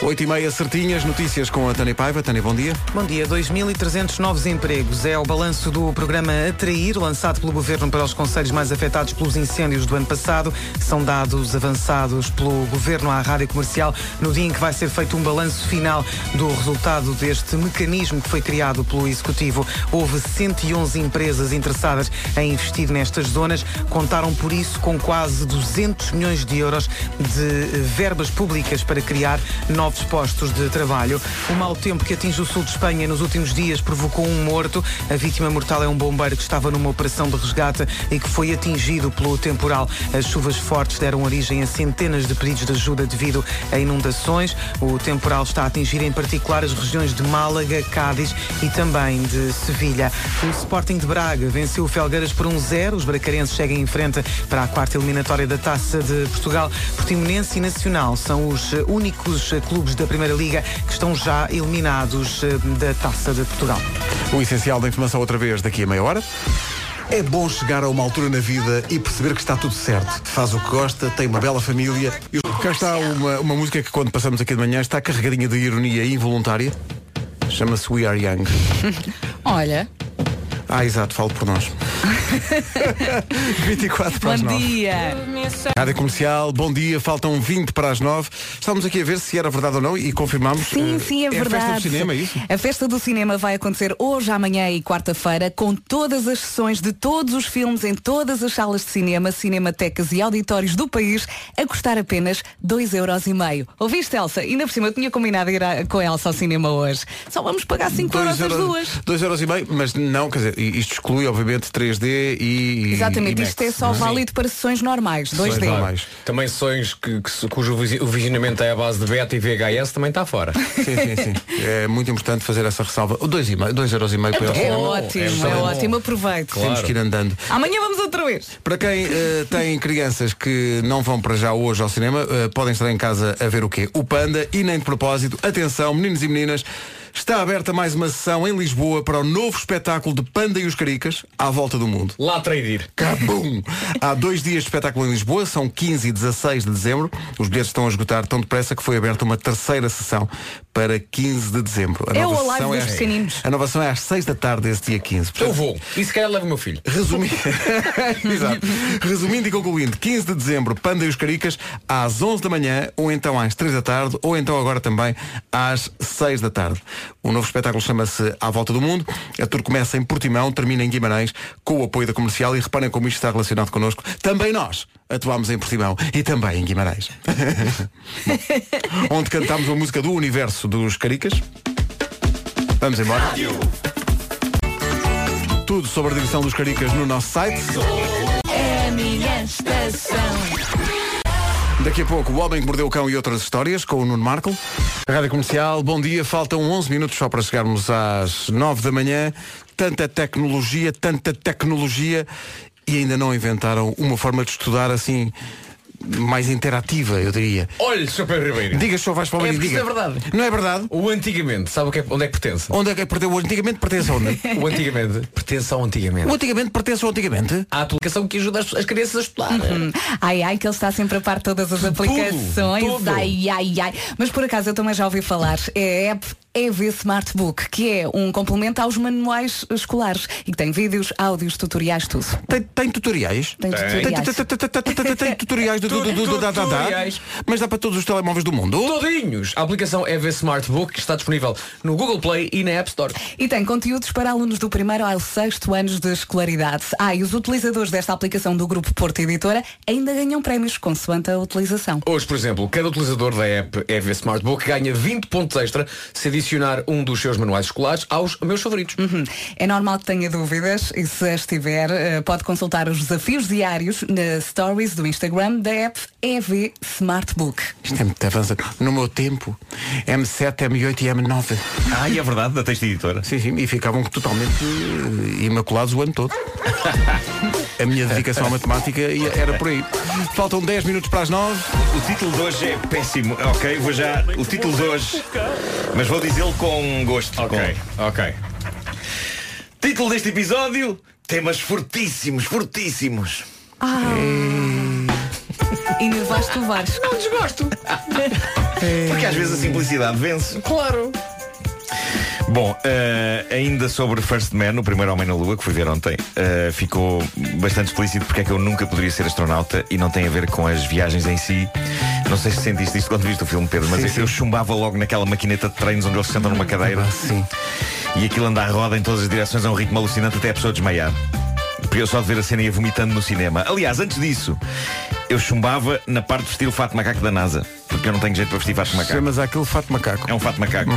Speaker 2: 8 e meia certinhas, notícias com a Tânia Paiva. Tânia, bom dia.
Speaker 1: Bom dia. 2.300 novos empregos é o balanço do programa Atrair, lançado pelo governo para os conselhos mais afetados pelos incêndios do ano passado. São dados avançados pelo governo à rádio comercial no dia em que vai ser feito um balanço final do resultado deste mecanismo que foi criado pelo executivo. Houve 111 empresas interessadas em investir nestas zonas, contaram por isso com quase 200 milhões de euros de eh, verbas públicas para criar novos postos de trabalho. O mau tempo que atinge o sul de Espanha nos últimos dias provocou um morto. A vítima mortal é um bombeiro que estava numa operação de resgate e que foi atingido pelo temporal. As chuvas fortes deram origem a centenas de pedidos de ajuda devido a inundações. O temporal está a atingir em particular as regiões de Málaga, Cádiz e também de Sevilha. O Sporting de Braga venceu o Felgueiras por 1-0. Os bracarenses seguem em frente para a quarta eliminatória da Taça de Portugal. Portimonense e Nacional são os eh, únicos eh, clubes da Primeira Liga que estão já eliminados eh, da Taça de Portugal.
Speaker 2: O essencial da informação outra vez daqui a meia hora. É bom chegar a uma altura na vida e perceber que está tudo certo. Faz o que gosta, tem uma bela família. E cá está uma, uma música que quando passamos aqui de manhã está carregadinha de ironia involuntária. Chama-se We Are Young.
Speaker 5: Olha,
Speaker 2: Ah, exato, falo por nós. 24 para as
Speaker 5: bom
Speaker 2: 9.
Speaker 5: dia.
Speaker 2: Rádio Comercial, bom dia, faltam 20 para as 9. Estamos aqui a ver se era verdade ou não e confirmámos.
Speaker 5: Sim,
Speaker 2: eh,
Speaker 5: sim, é, verdade.
Speaker 2: a festa do cinema, é isso?
Speaker 5: A festa do cinema vai acontecer hoje, amanhã e quarta-feira, com todas as sessões de todos os filmes em todas as salas de cinema, cinematecas e auditórios do país, a custar apenas 2,5€. Ouviste, Elsa? Ainda por cima, eu tinha combinado ir a- com a Elsa ao cinema hoje. Só vamos pagar 5€ euros as duas.
Speaker 2: 2 euros e meio, mas não, quer dizer, isto exclui obviamente 3D e. e-
Speaker 5: Exatamente,
Speaker 2: e
Speaker 5: isto é
Speaker 2: Max,
Speaker 5: só
Speaker 2: não
Speaker 5: válido para sessões normais,
Speaker 2: Sessões
Speaker 5: 2D.
Speaker 2: normais.
Speaker 6: Também sonhos que, que se- cujo visi- o visionamento é à base de beta e VHS também está fora.
Speaker 2: Sim, sim, sim. É muito importante fazer essa ressalva. 2 euros e meio para
Speaker 5: É
Speaker 2: eles.
Speaker 5: ótimo, é,
Speaker 6: bom.
Speaker 5: ótimo, aproveite.
Speaker 2: Temos que ir andando.
Speaker 5: Amanhã vamos outra vez.
Speaker 2: Para quem eh, tem crianças que não vão para já hoje ao cinema, eh, podem estar em casa a ver o quê? O Panda e nem de propósito. Atenção, meninos e meninas, está aberta mais uma sessão em Lisboa para o novo espetáculo de Panda e os Caricas à volta do mundo.
Speaker 6: Lá tradir.
Speaker 2: Cabum! Há dois dias de espetáculo em Lisboa, são 15 e 16 de dezembro. Os bilhetes estão a esgotar tão depressa que foi aberta uma terceira sessão para 15 de dezembro. A
Speaker 5: É o
Speaker 2: nova
Speaker 5: Alive
Speaker 2: sessão
Speaker 5: dos
Speaker 2: às-
Speaker 5: pequeninos.
Speaker 2: A nova sessão é às 6 da tarde, esse dia 15.
Speaker 6: Eu vou. E se calhar levo o meu filho.
Speaker 2: Resumindo, Exato. Resumindo e concluindo, 15 de dezembro, Panda e os Caricas, às 11 da manhã, ou então às 3 da tarde, ou então agora também às 6 da tarde. O novo espetáculo chama-se À Volta do Mundo. A tour começa em Portimão, termina em Guimarães, com o apoio da comercial. E reparem como isto está relacionado connosco. Também nós atuámos em Portimão e também em Guimarães. Onde cantámos uma música do universo dos Caricas. Vamos embora. Tudo sobre a divisão dos Caricas no nosso site.
Speaker 5: A minha estação.
Speaker 2: Daqui a pouco, O Homem que Mordeu o Cão e outras histórias com o Nuno Marco. Rádio Comercial, bom dia. Faltam 11 minutos só para chegarmos às 9 da manhã. Tanta tecnologia, tanta tecnologia e ainda não inventaram uma forma de estudar assim mais interativa, eu diria.
Speaker 6: Olhe, Sr. Pedro Ribeiro.
Speaker 2: Diga só, vais para o
Speaker 6: É,
Speaker 2: meio e
Speaker 6: porque
Speaker 2: diga.
Speaker 6: isso é verdade.
Speaker 2: Não é verdade?
Speaker 6: O antigamente, sabe o que é- onde é que pertence?
Speaker 2: Onde é que perdeu? O antigamente pertence a onde?
Speaker 6: O antigamente pertence ao antigamente.
Speaker 2: O antigamente pertence ao antigamente?
Speaker 6: Há a aplicação que ajuda as, as crianças a estudar.
Speaker 5: Uhum. Ai, ai, que ele está sempre a par de todas as aplicações.
Speaker 6: tudo.
Speaker 5: Ai, ai, ai. Mas por acaso eu também já ouvi falar. É a app EV Smartbook, que é um complemento aos manuais escolares e que tem vídeos, áudios, tutoriais, tudo.
Speaker 2: Tem, tem tutoriais?
Speaker 5: Tem tutoriais.
Speaker 2: Tem, tem- tem- tem- tem- tem- tem tutoriais do, do, do, do, do- da- da- da-
Speaker 6: Tutoriais.
Speaker 2: Mas dá para todos os telemóveis do mundo?
Speaker 6: Todinhos! A aplicação EV Smartbook está disponível no Google Play e na App Store.
Speaker 5: E tem conteúdos para alunos do primeiro ao sexto anos de escolaridade. Ah, e os utilizadores desta aplicação do Grupo Porto Editora ainda ganham prémios consoante a utilização.
Speaker 6: é Hoje, por exemplo, cada utilizador da app EV Smartbook ganha 20 pontos extra se adicionar um dos seus manuais escolares aos meus favoritos.
Speaker 5: Uhum. É normal que tenha dúvidas e se as tiver, eh, pode consultar os desafios diários nas stories do Instagram da app EV Smartbook.
Speaker 2: Isto é muito avançado. No meu tempo, M7, M8 e M9.
Speaker 9: Ah, e é verdade, da texta editora.
Speaker 2: Sim, sim, e ficavam totalmente eh, imaculados o ano todo. A minha dedicação à matemática ia- era por aí. Faltam 10 minutos para as 9.
Speaker 9: O título de hoje é péssimo. Ok, vou já. O título de hoje. Mas vou dizê-lo com gosto.
Speaker 6: Ok,
Speaker 9: ok. Título deste episódio: Temas fortíssimos, fortíssimos.
Speaker 5: E nervaste o Vasco.
Speaker 6: Não desgosto.
Speaker 9: Porque às vezes a simplicidade vence.
Speaker 6: Claro.
Speaker 9: Bom, eh, ainda sobre First Man, o primeiro homem na Lua, que fui ver ontem, eh, ficou bastante explícito porque é que eu nunca poderia ser astronauta e não tem a ver com as viagens em si. Não sei se sentiste isto quando viste o filme, Pedro, mas eu, eu chumbava logo naquela maquineta de treinos onde eles se sentam numa cadeira. Ah, Sim. E aquilo anda à roda em todas as direções a um ritmo alucinante até a pessoa desmaiar. Porque eu só de ver a cena ia vomitando no cinema. Aliás, antes disso, eu chumbava na parte de vestir o fato de macaco da NASA. Porque eu não tenho jeito para vestir fato de macaco.
Speaker 2: Chamas aquele fato macaco.
Speaker 9: É um fato de macaco.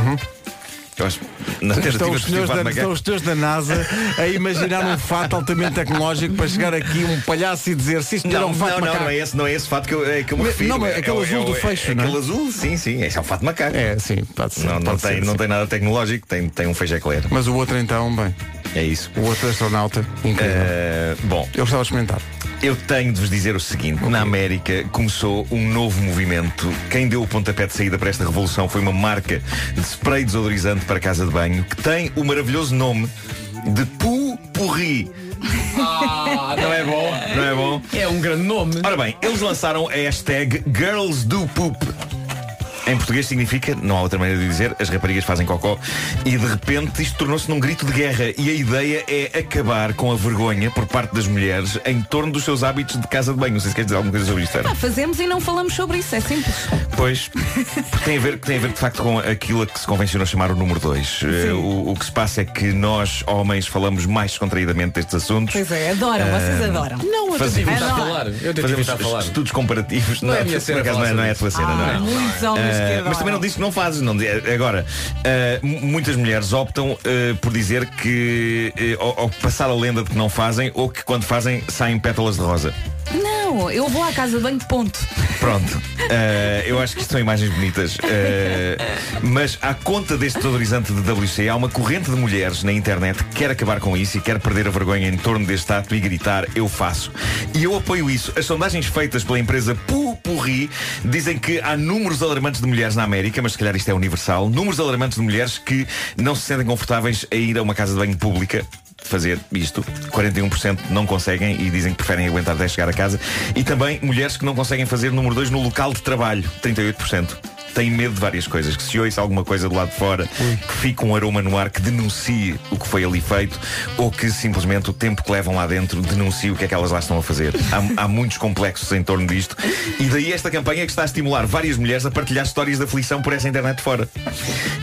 Speaker 9: Eu acho, na
Speaker 2: Uhum. Estão
Speaker 9: tentativa de
Speaker 2: os,
Speaker 9: vestir o
Speaker 2: senhores
Speaker 9: fato de
Speaker 2: da, estão
Speaker 9: macaco.
Speaker 2: os senhores da NASA a imaginar um fato altamente tecnológico para chegar aqui um palhaço e dizer se isto era
Speaker 9: Não,
Speaker 2: um fato
Speaker 9: não, não,
Speaker 2: macaco.
Speaker 9: não é esse, não é esse fato que eu, é que eu me
Speaker 2: Não,
Speaker 9: refiro.
Speaker 2: não, mas
Speaker 9: é,
Speaker 2: aquele
Speaker 9: é-
Speaker 2: azul
Speaker 9: é-
Speaker 2: do
Speaker 9: é-
Speaker 2: fecho,
Speaker 9: é
Speaker 2: não é?
Speaker 9: Aquele azul, sim, sim, esse é um fato de macaco.
Speaker 2: É, sim, pode ser.
Speaker 9: Não, não,
Speaker 2: pode
Speaker 9: tem,
Speaker 2: ser,
Speaker 9: não
Speaker 2: sim.
Speaker 9: tem nada tecnológico, tem, tem um feijão claro.
Speaker 2: Mas o outro então, bem,
Speaker 9: É isso.
Speaker 2: o outro astronauta, incrível.
Speaker 9: Eh, bom,
Speaker 2: Eu gostava de experimentar.
Speaker 9: eu tenho de vos dizer o seguinte: na América começou um novo movimento. Quem deu o pontapé de saída para esta revolução foi uma marca de spray desodorizante para casa de banho que tem o maravilhoso nome de Poo Pourri.
Speaker 6: Ah, não é bom.
Speaker 9: Não é bom?
Speaker 6: É um grande nome.
Speaker 9: Ora bem, eles lançaram a hashtag Girls Do Poop. Em português significa, não há outra maneira de dizer, as raparigas fazem cocó. E de repente isto tornou-se num grito de guerra. E a ideia é acabar com a vergonha por parte das mulheres em torno dos seus hábitos de casa de banho. Não sei se quer dizer alguma coisa sobre isto. Ana.
Speaker 5: Ah, fazemos e não falamos sobre isso, é simples.
Speaker 9: Pois, porque tem a ver, tem a ver de facto com aquilo a que se convencionou chamar o número 2. O, o que se passa é que nós, homens, falamos mais descontraídamente destes assuntos.
Speaker 5: Pois é, adoram,
Speaker 9: Ah.
Speaker 5: vocês adoram.
Speaker 6: Não, eu tento
Speaker 9: Fazemos-
Speaker 6: evitar falar. Eu tento
Speaker 9: Fazemos
Speaker 6: evitar falar.
Speaker 9: estudos comparativos.
Speaker 6: Não é a minha
Speaker 9: por
Speaker 6: cena
Speaker 9: acaso não é,
Speaker 6: falar
Speaker 9: não é a tua
Speaker 6: sobre
Speaker 9: cena, não é?
Speaker 5: Ah, muitos homens que
Speaker 9: Ah,
Speaker 5: adoram.
Speaker 9: mas também não disse que não fazes. Não, di- agora, ah, mu- muitas mulheres optam ah, por dizer que. eh, ou, ou passar a lenda de que não fazem ou que quando fazem saem pétalas de rosa.
Speaker 5: Não, eu vou à casa de banho de ponto.
Speaker 9: Pronto. Ah, eu acho que isto são imagens bonitas. Ah, mas à conta deste desodorizante de WC, há uma corrente de mulheres na internet que quer acabar com isso e quer perder a vergonha em torno deste ato e gritar eu faço. E eu apoio isso. As sondagens feitas pela empresa Pupurri dizem que há números alarmantes de mulheres na América, mas se calhar isto é universal, números alarmantes de mulheres que não se sentem confortáveis a ir a uma casa de banho pública fazer isto. 41% não conseguem e dizem que preferem aguentar até chegar a casa. E também mulheres que não conseguem fazer número 2 no local de trabalho, 38%. Têm medo de várias coisas, que se ouça alguma coisa do lado de fora, que fique um aroma no ar que denuncie o que foi ali feito, ou que simplesmente o tempo que levam lá dentro denuncie o que é que elas lá estão a fazer. Há, há muitos complexos em torno disto. E daí esta campanha que está a estimular várias mulheres a partilhar histórias de aflição por essa internet fora.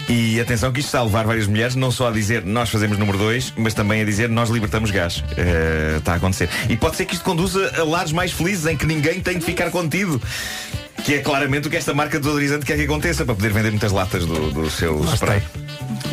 Speaker 9: E atenção que isto está a levar várias mulheres não só a dizer nós fazemos número 2, mas também a dizer nós libertamos gás. Eh, está a acontecer. E pode ser que isto conduza a lares mais felizes em que ninguém tem de ficar contido. Que é claramente o que esta marca desodorizante quer que aconteça para poder vender muitas latas do, do seu spray.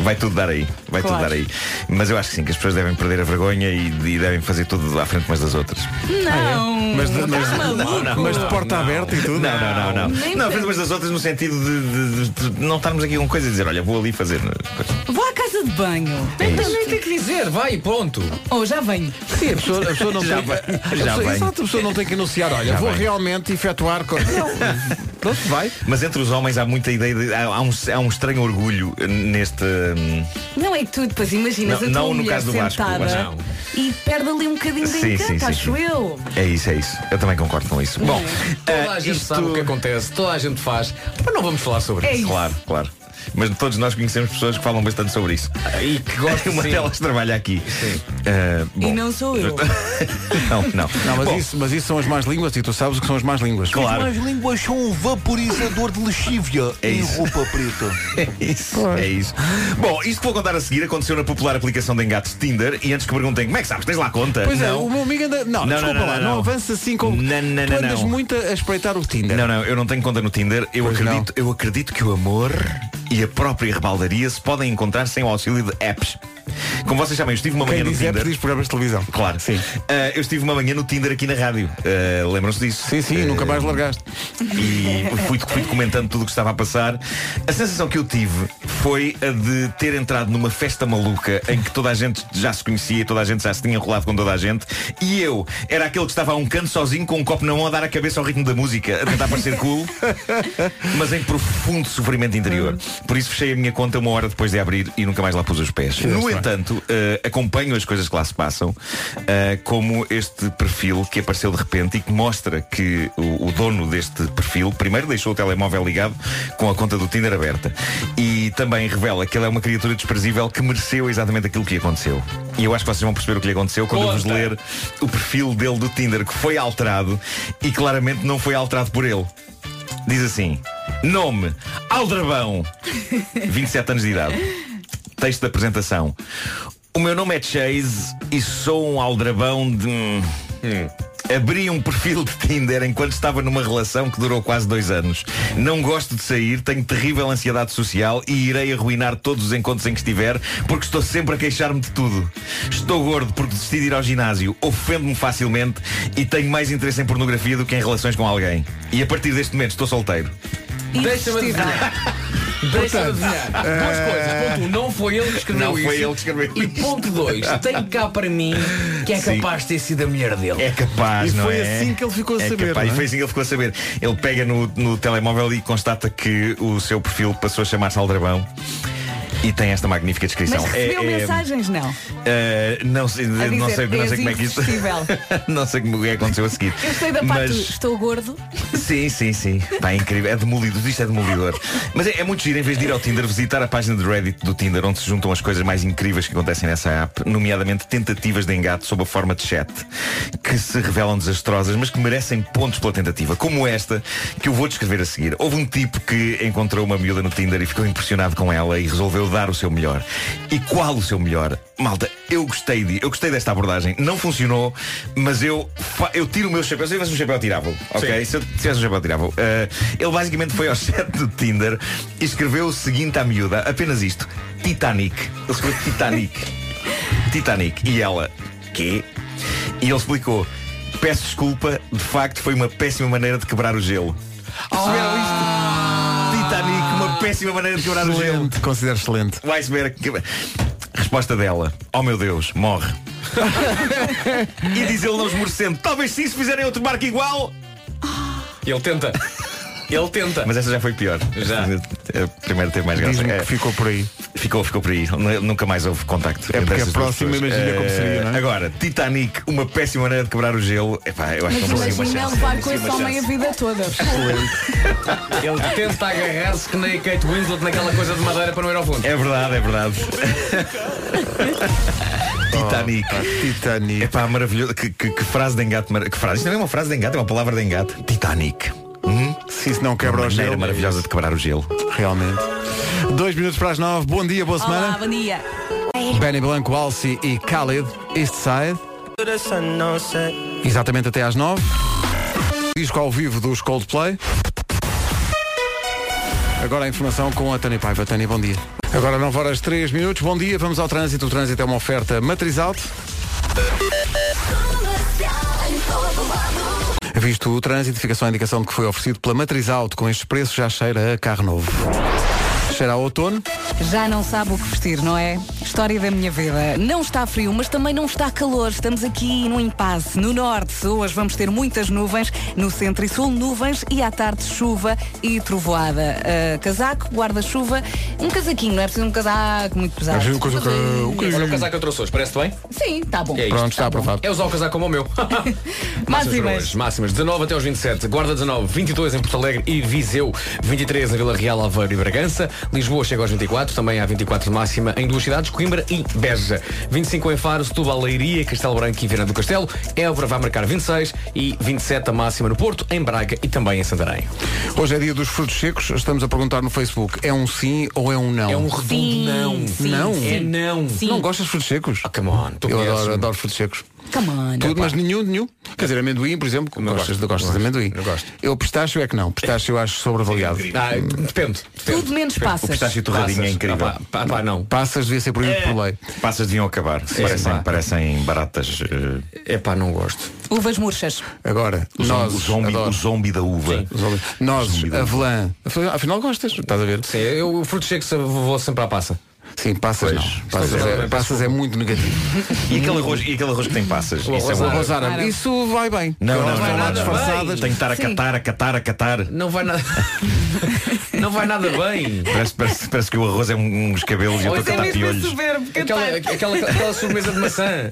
Speaker 9: Vai tudo dar aí, vai
Speaker 5: Claro.
Speaker 9: tudo dar aí. Mas eu acho que sim, que as pessoas devem perder a vergonha e, e devem fazer tudo à frente umas das outras.
Speaker 5: Não,
Speaker 2: Mas de, mas,
Speaker 9: Não, Tá não.
Speaker 2: mas de porta aberta e tudo.
Speaker 9: Não, não, não, não.
Speaker 5: Nem
Speaker 9: Não, à
Speaker 5: penso.
Speaker 9: frente umas das outras no sentido de, de- de- de não estarmos aqui com coisa e dizer, olha, vou ali fazer. né?" coisa.
Speaker 5: vou à casa de banho.
Speaker 9: É
Speaker 6: Nem tem, nem tem que dizer, vai, pronto.
Speaker 5: Ou já venho.
Speaker 2: Sim, É, a pessoa, a pessoa não
Speaker 9: Já
Speaker 2: tem.
Speaker 9: vai,
Speaker 2: a
Speaker 9: já
Speaker 2: pessoa,
Speaker 9: vai.
Speaker 2: exato, a pessoa não tem que anunciar, olha,
Speaker 9: Já
Speaker 2: vou
Speaker 9: vai.
Speaker 2: realmente efetuar. co- Não, pronto, vai.
Speaker 9: Mas entre os homens há muita ideia de. Há, há um, há um estranho orgulho neste. hum,
Speaker 5: Não é que tu depois imaginas
Speaker 9: Não-
Speaker 5: a tua
Speaker 9: não no
Speaker 5: mulher
Speaker 9: caso do Vasco,
Speaker 5: sentada
Speaker 9: mas não.
Speaker 5: e perde ali um bocadinho de
Speaker 9: Sim,
Speaker 5: encanto,
Speaker 9: sim, sim,
Speaker 5: acho
Speaker 9: sim.
Speaker 5: eu.
Speaker 9: É isso, é isso. Eu também concordo com isso. Bom,
Speaker 6: Toda
Speaker 9: ah,
Speaker 6: a gente sabe o que é acontece, toda a gente faz, mas não vamos falar sobre
Speaker 5: É
Speaker 6: isso.
Speaker 5: isso.
Speaker 9: Claro, claro. Mas todos nós conhecemos pessoas que falam bastante sobre isso.
Speaker 6: Ah, E que gosto
Speaker 9: Uma
Speaker 6: sim.
Speaker 9: delas trabalha aqui. Ah, bom.
Speaker 5: E não sou eu.
Speaker 9: não, não.
Speaker 2: Não, mas,
Speaker 9: Bom,
Speaker 2: isso, mas isso são as más línguas e tu sabes o que são as más línguas.
Speaker 9: Claro.
Speaker 8: As mais línguas são um vaporizador de lexívia
Speaker 9: É
Speaker 8: e
Speaker 9: isso.
Speaker 8: roupa preta.
Speaker 9: É isso, é isso. Bom, isto que vou contar a seguir aconteceu na popular aplicação de engates Tinder e antes que perguntem como é que sabes, tens lá a conta?
Speaker 2: Pois é,
Speaker 9: não.
Speaker 2: o meu amigo anda. Não,
Speaker 9: Não,
Speaker 2: desculpa
Speaker 9: não, não,
Speaker 2: lá, não,
Speaker 9: não.
Speaker 2: avança assim como.
Speaker 9: Não, não,
Speaker 2: tu
Speaker 9: não,
Speaker 2: andas
Speaker 9: não.
Speaker 2: muito a espreitar o Tinder.
Speaker 9: Não, não, eu não tenho conta no Tinder. Eu
Speaker 2: Pois
Speaker 9: acredito, eu acredito que o amor e a própria rebaldaria se podem encontrar sem o auxílio de apps. Como vocês sabem, eu estive uma manhã
Speaker 2: Quem
Speaker 9: no
Speaker 2: diz é
Speaker 9: Tinder.
Speaker 2: diz programas de televisão.
Speaker 9: Claro.
Speaker 2: Sim.
Speaker 9: Ah, eu estive uma manhã no Tinder aqui na rádio. Ah, Lembram-se disso?
Speaker 2: Sim, sim,
Speaker 9: Ah,
Speaker 2: nunca mais largaste.
Speaker 9: e fui, fui documentando tudo o que estava a passar. A sensação que eu tive foi a de ter entrado numa festa maluca em que toda a gente já se conhecia, toda a gente já se tinha enrolado com toda a gente e eu era aquele que estava a um canto sozinho com um copo na mão a dar a cabeça ao ritmo da música, a tentar parecer cool, mas em profundo sofrimento interior. Por isso fechei a minha conta uma hora depois de abrir e nunca mais lá pus os pés. No entanto, eh, acompanho as coisas que lá se passam, eh, como este perfil que apareceu de repente e que mostra que o, o dono deste perfil primeiro deixou o telemóvel ligado com a conta do Tinder aberta e também revela que ele é uma criatura desprezível que mereceu exatamente aquilo que lhe aconteceu. E eu acho que vocês vão perceber o que lhe aconteceu quando eu vos ler o perfil dele do Tinder que foi alterado e claramente não foi alterado por ele. Diz assim: Nome Aldrabão, 27 anos de idade. Texto da apresentação. O meu nome é Chase e sou um aldrabão de. Hum. Abri um perfil de Tinder enquanto estava numa relação que durou quase dois anos. Não gosto de sair, tenho terrível ansiedade social e irei arruinar todos os encontros em que estiver porque estou sempre a queixar-me de tudo. Estou gordo porque decidi ir ao ginásio, ofendo-me facilmente e tenho mais interesse em pornografia do que em relações com alguém. E a partir deste momento estou solteiro.
Speaker 6: Deixa-me adivinhar. Deixa-me adivinhar. Duas coisas. Ponto um, não foi ele que escreveu
Speaker 9: eh, Não
Speaker 6: isso.
Speaker 9: foi ele que escreveu
Speaker 6: E
Speaker 9: isso.
Speaker 6: ponto dois, tem cá para mim que é
Speaker 9: Sim.
Speaker 6: capaz de ter sido a mulher dele.
Speaker 9: É capaz,
Speaker 2: E
Speaker 9: não
Speaker 2: foi
Speaker 9: é?
Speaker 2: assim que ele ficou a
Speaker 9: É
Speaker 2: saber,
Speaker 9: capaz.
Speaker 2: não é?
Speaker 9: E foi assim que ele ficou a saber. Ele pega no, no telemóvel e constata que o seu perfil passou a chamar-se Aldrabão. E tem esta magnífica descrição. É,
Speaker 5: Mas recebeu mensagens, não?
Speaker 9: eh, não sei,
Speaker 5: A
Speaker 9: não sei,
Speaker 5: dizer,
Speaker 9: não
Speaker 5: "És
Speaker 9: sei como é que isso.
Speaker 5: irresistível."
Speaker 9: não sei como é que aconteceu a seguir.
Speaker 5: Eu sei da parte do
Speaker 9: Mas-
Speaker 5: estou gordo.
Speaker 9: Sim, sim, sim. Está incrível. É demolido. Isto é demolidor. Mas é, é muito giro, em vez de ir ao Tinder, visitar a página de Reddit do Tinder, onde se juntam as coisas mais incríveis que acontecem nessa app, nomeadamente tentativas de engate sob a forma de chat, que se revelam desastrosas, mas que merecem pontos pela tentativa, como esta, que eu vou descrever a seguir. Houve um tipo que encontrou uma miúda no Tinder e ficou impressionado com ela e resolveu dar o seu melhor. E qual o seu melhor? Malta, eu gostei de, eu gostei desta abordagem. Não funcionou, mas eu, fa- eu tiro o meu chapéu. Se eu tivesse um chapéu, tirava Ok? Se eu tivesse um chapéu, tirava Ele basicamente foi ao chat do Tinder e escreveu o seguinte à miúda, apenas isto. Titanic. Ele escreveu Titanic. Titanic. E ela, quê? E ele explicou, peço desculpa, de facto foi uma péssima maneira de quebrar o gelo. Perceberam isto? Titanic, uma péssima maneira de quebrar o gelo.
Speaker 2: Excelente, considero excelente.
Speaker 9: O iceberg. que- Resposta dela. Oh meu Deus, morre. e diz ele não esmorecendo. Talvez se isso fizerem outro barco igual.
Speaker 6: Ele tenta. Ele tenta.
Speaker 9: Mas essa já foi pior.
Speaker 6: Já.
Speaker 9: A primeira teve mais graça.
Speaker 2: Diz-me
Speaker 9: É,
Speaker 2: que ficou por aí.
Speaker 9: ficou, ficou por aí. N- Nunca mais houve contacto.
Speaker 2: É
Speaker 9: entre
Speaker 2: porque a
Speaker 9: essas duas
Speaker 2: próxima
Speaker 9: pessoas.
Speaker 2: imagina como
Speaker 9: Eh,
Speaker 2: seria, não é?
Speaker 9: Agora, Titanic, uma péssima maneira de quebrar o gelo. Epá, eu acho
Speaker 5: Mas
Speaker 9: que não merecia uma
Speaker 5: imagina
Speaker 9: chance.
Speaker 5: levar com
Speaker 9: Merecia
Speaker 5: esse
Speaker 9: uma
Speaker 5: homem a
Speaker 9: chance.
Speaker 5: vida toda.
Speaker 6: Ele tenta agarrar-se que nem a Kate Winslet naquela coisa de madeira para não ir ao fundo.
Speaker 9: É verdade, é verdade. Titanic.
Speaker 2: É. Titanic.
Speaker 9: Epá, maravilhoso. Que, que- que frase de engate. mara- Que frase. Isto não é uma frase de engate, é uma palavra de engate. Titanic. Hum?
Speaker 2: Se isso não quebra o
Speaker 9: Uma maneira
Speaker 2: gelo.
Speaker 9: maravilhosa de quebrar o gelo.
Speaker 2: Realmente. Dois minutos para as nove. Bom dia, boa
Speaker 5: Olá,
Speaker 2: semana.
Speaker 5: bom dia.
Speaker 2: Benny Blanco, Alci e Khalid, East Side. Exatamente até às nove. Disco ao vivo dos Coldplay. Agora a informação com a Tânia Paiva. Tânia, bom dia. Agora 9 horas 3 minutos. Bom dia, vamos ao trânsito. O trânsito é uma oferta matriz alto. Visto o trânsito, fica só a indicação de que foi oferecido pela matriz alto. Com estes preços já cheira a carro novo. Cheira a outono.
Speaker 5: Já não sabe o que vestir, não é? História da minha vida. Não está frio, mas também não está calor. Estamos aqui num impasse. No norte, hoje vamos ter muitas nuvens. No centro e sul, nuvens e à tarde chuva e trovoada. Ah, casaco, guarda-chuva, um casaquinho, não é preciso um casaco muito pesado.
Speaker 2: Mas é uma coisa que-
Speaker 5: Um
Speaker 6: Olha o
Speaker 2: o que-
Speaker 5: casaquinho.
Speaker 6: casaco que eu trouxe hoje, parece-te bem?
Speaker 5: Sim, está tá bom.
Speaker 6: É isto.
Speaker 2: Pronto, está aprovado.
Speaker 6: É usar o casaco como o meu. Máximas. para hoje. Assim Máximas. 19 até aos 27. Guarda 19, 22 em Porto Alegre e Viseu. 23 em Vila Real, Aveiro e Bragança. Lisboa chega aos 24. Também há 24 de máxima em duas cidades, Coimbra e Beja. 25 em Faro, Setúbal, Leiria, Castelo Branco e Viana do Castelo. Évora vai marcar 26 e 27 a máxima no Porto, em Braga e também em Santarém.
Speaker 2: Hoje é dia dos frutos secos. Estamos a perguntar no Facebook: é um sim ou é um não?
Speaker 6: É um redondo
Speaker 5: Sim,
Speaker 6: não.
Speaker 5: sim,
Speaker 2: Não.
Speaker 6: É
Speaker 5: sim.
Speaker 6: não.
Speaker 5: Sim.
Speaker 2: Não gostas de frutos secos?
Speaker 6: Oh, come on. Tu
Speaker 2: Eu
Speaker 6: conheces-me.
Speaker 2: adoro, adoro frutos secos.
Speaker 5: Come on.
Speaker 2: Tudo, mas nenhum, nenhum. Quer dizer, amendoim, por exemplo,
Speaker 6: Não
Speaker 2: gostas,
Speaker 6: gosto,
Speaker 2: gostas de
Speaker 6: não gosto,
Speaker 2: amendoim.
Speaker 6: não gosto.
Speaker 2: Eu pistacho é que não. Pistacho eu acho sobreavaliado.
Speaker 6: Ah, depende.
Speaker 5: Tudo menos
Speaker 9: O
Speaker 5: passas.
Speaker 9: pistache torradinho é incrível.
Speaker 6: Ah, pá, pá, pá, não.
Speaker 2: Passas devia ser proibido por lei.
Speaker 9: Passas deviam acabar.
Speaker 6: pá.
Speaker 9: Parecem, parecem baratas. eh,
Speaker 6: É pá, não gosto.
Speaker 5: Uvas murchas.
Speaker 2: Agora,
Speaker 9: o zombi-
Speaker 2: nós.
Speaker 9: o zombi- o zombi da uva.
Speaker 2: Nós,
Speaker 9: Zumbi da
Speaker 2: avelã. Afinal, afinal gostas, estás a ver?
Speaker 6: Sim, É, eu o fruto chego vou sempre à passa.
Speaker 2: Sim, passas
Speaker 9: Pois.
Speaker 2: não. Passas, é, passas é muito negativo.
Speaker 9: E aquele arroz, e aquele arroz que tem passas. Isso é
Speaker 2: Isso, é
Speaker 9: bom.
Speaker 2: uma arroz árabe.
Speaker 5: Árabe.
Speaker 2: Isso vai bem.
Speaker 9: Não, não,
Speaker 2: Elas
Speaker 9: não,
Speaker 2: vão lá
Speaker 9: não, não. Tenho
Speaker 2: disfarçadas.
Speaker 9: que estar a
Speaker 5: Sim.
Speaker 9: catar, a catar, a catar.
Speaker 6: Não vai nada. não vai nada bem.
Speaker 9: Parece, parece, parece que o arroz é um- uns cabelos e eu
Speaker 6: Pois é
Speaker 9: estou a catar piolhos.
Speaker 5: soberbo que
Speaker 6: Aquela,
Speaker 2: é
Speaker 6: aquela, aquela sobremesa de maçã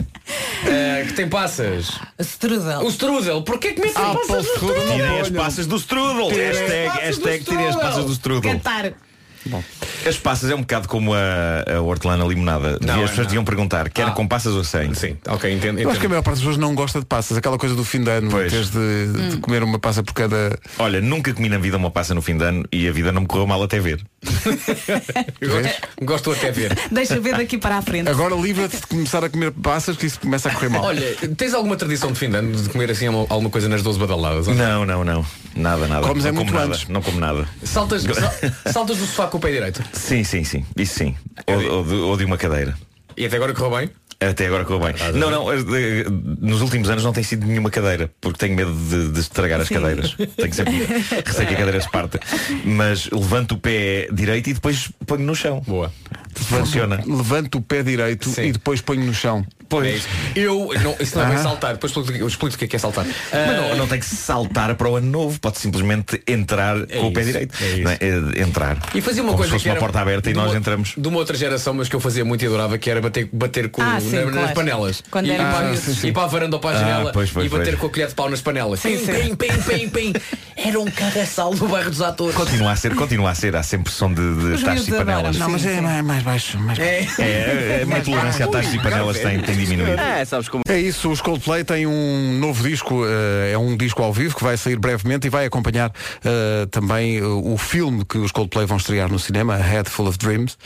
Speaker 6: eh, que tem passas. O
Speaker 5: Strudel.
Speaker 6: strudel, porquê que metes
Speaker 2: Ah,
Speaker 6: passas
Speaker 2: pão
Speaker 6: no
Speaker 2: strudel.
Speaker 6: strudel?
Speaker 9: Tirem as passas do strudel.
Speaker 6: as
Speaker 9: Hashtag,
Speaker 6: passas do
Speaker 9: hashtag tirem as
Speaker 6: strudel.
Speaker 9: passas do strudel.
Speaker 5: Cantar.
Speaker 9: As passas é um bocado como a, a hortelã limonada.
Speaker 6: Não,
Speaker 9: e
Speaker 6: é
Speaker 9: as pessoas
Speaker 6: não.
Speaker 9: deviam perguntar, quer
Speaker 6: Ah.
Speaker 9: com passas ou sem?
Speaker 6: Sim, ok, entendo.
Speaker 2: Eu
Speaker 6: entendo.
Speaker 2: acho que é a maior parte das pessoas não gosta de passas. Aquela coisa do fim de ano,
Speaker 9: Pois.
Speaker 2: tens de,
Speaker 5: Hum.
Speaker 2: de comer uma passa por cada.
Speaker 9: Olha, nunca comi na vida uma passa no fim de ano e a vida não me correu mal até ver.
Speaker 6: Eu gosto- Gosto até ver.
Speaker 5: Deixa ver daqui para a frente.
Speaker 2: Agora livra-te de começar a comer passas que isso começa a correr mal.
Speaker 6: Olha, tens alguma tradição de fim de ano de comer assim alguma alguma coisa nas 12 badaladas?
Speaker 9: Não, não, não. Nada, nada.
Speaker 2: Comes
Speaker 9: não
Speaker 2: é
Speaker 9: como
Speaker 2: muito
Speaker 9: nada.
Speaker 2: antes.
Speaker 9: Não como nada.
Speaker 6: Saltas, sal- saltas do sofá com o pé direito.
Speaker 9: Sim, sim, sim. Isso sim. Ou, ou de, ou de uma cadeira.
Speaker 6: E até agora correu bem?
Speaker 9: Até agora correu bem. Não, não, eh, eh, nos últimos anos não tem sido nenhuma cadeira, porque tenho medo de, de estragar as cadeiras. Tenho sempre receio que a cadeira se parta. Mas levanto o pé direito e depois ponho no chão.
Speaker 6: Boa.
Speaker 9: Funciona.
Speaker 2: Levanto o pé direito
Speaker 6: Sim.
Speaker 2: e depois ponho no chão.
Speaker 9: Pois.
Speaker 6: É Eu, não, isso não
Speaker 2: Ah.
Speaker 6: é bem saltar, depois explico, eu explico o que é que é saltar. Ah,
Speaker 9: Mas não, não tem que saltar para o ano novo, pode simplesmente entrar com o pé
Speaker 6: isso,
Speaker 9: direito.
Speaker 6: é isso.
Speaker 9: Não é? É, entrar.
Speaker 6: E fazia uma
Speaker 9: Como
Speaker 6: coisa
Speaker 9: se fosse
Speaker 6: que
Speaker 9: uma
Speaker 6: era
Speaker 9: porta aberta e
Speaker 6: de
Speaker 9: nós
Speaker 6: uma-
Speaker 9: entramos.
Speaker 6: De uma outra geração, mas que eu fazia muito e adorava, que era bater, bater com,
Speaker 5: Ah, sim,
Speaker 6: na- nas
Speaker 5: claro.
Speaker 6: panelas.
Speaker 5: Quando
Speaker 6: e,
Speaker 5: era
Speaker 6: ir para,
Speaker 5: miúdo.
Speaker 6: ir para a varanda ou para a janela
Speaker 9: pois, pois,
Speaker 6: e bater
Speaker 9: pois.
Speaker 6: com a colher de pau nas panelas.
Speaker 5: Sim,
Speaker 6: pim,
Speaker 5: sim.
Speaker 6: pim, pim, pim, pim. Era um carraçal do bairro dos atores.
Speaker 9: Continua a ser, continua a ser, há sempre som de, de
Speaker 6: é
Speaker 5: Os
Speaker 9: tachos
Speaker 5: miúdos
Speaker 9: e panelas.
Speaker 5: adoram. Não, mas é mais-
Speaker 2: baixo. Mais
Speaker 9: É, a minha
Speaker 6: Ah,
Speaker 9: tolerância a tachos e panelas tem, tem diminuído.
Speaker 2: É isso, os Coldplay têm um novo disco, eh, é um disco ao vivo que vai sair brevemente e vai acompanhar eh, também eh, o filme que os Coldplay vão estrear no cinema, A Head Full of Dreams.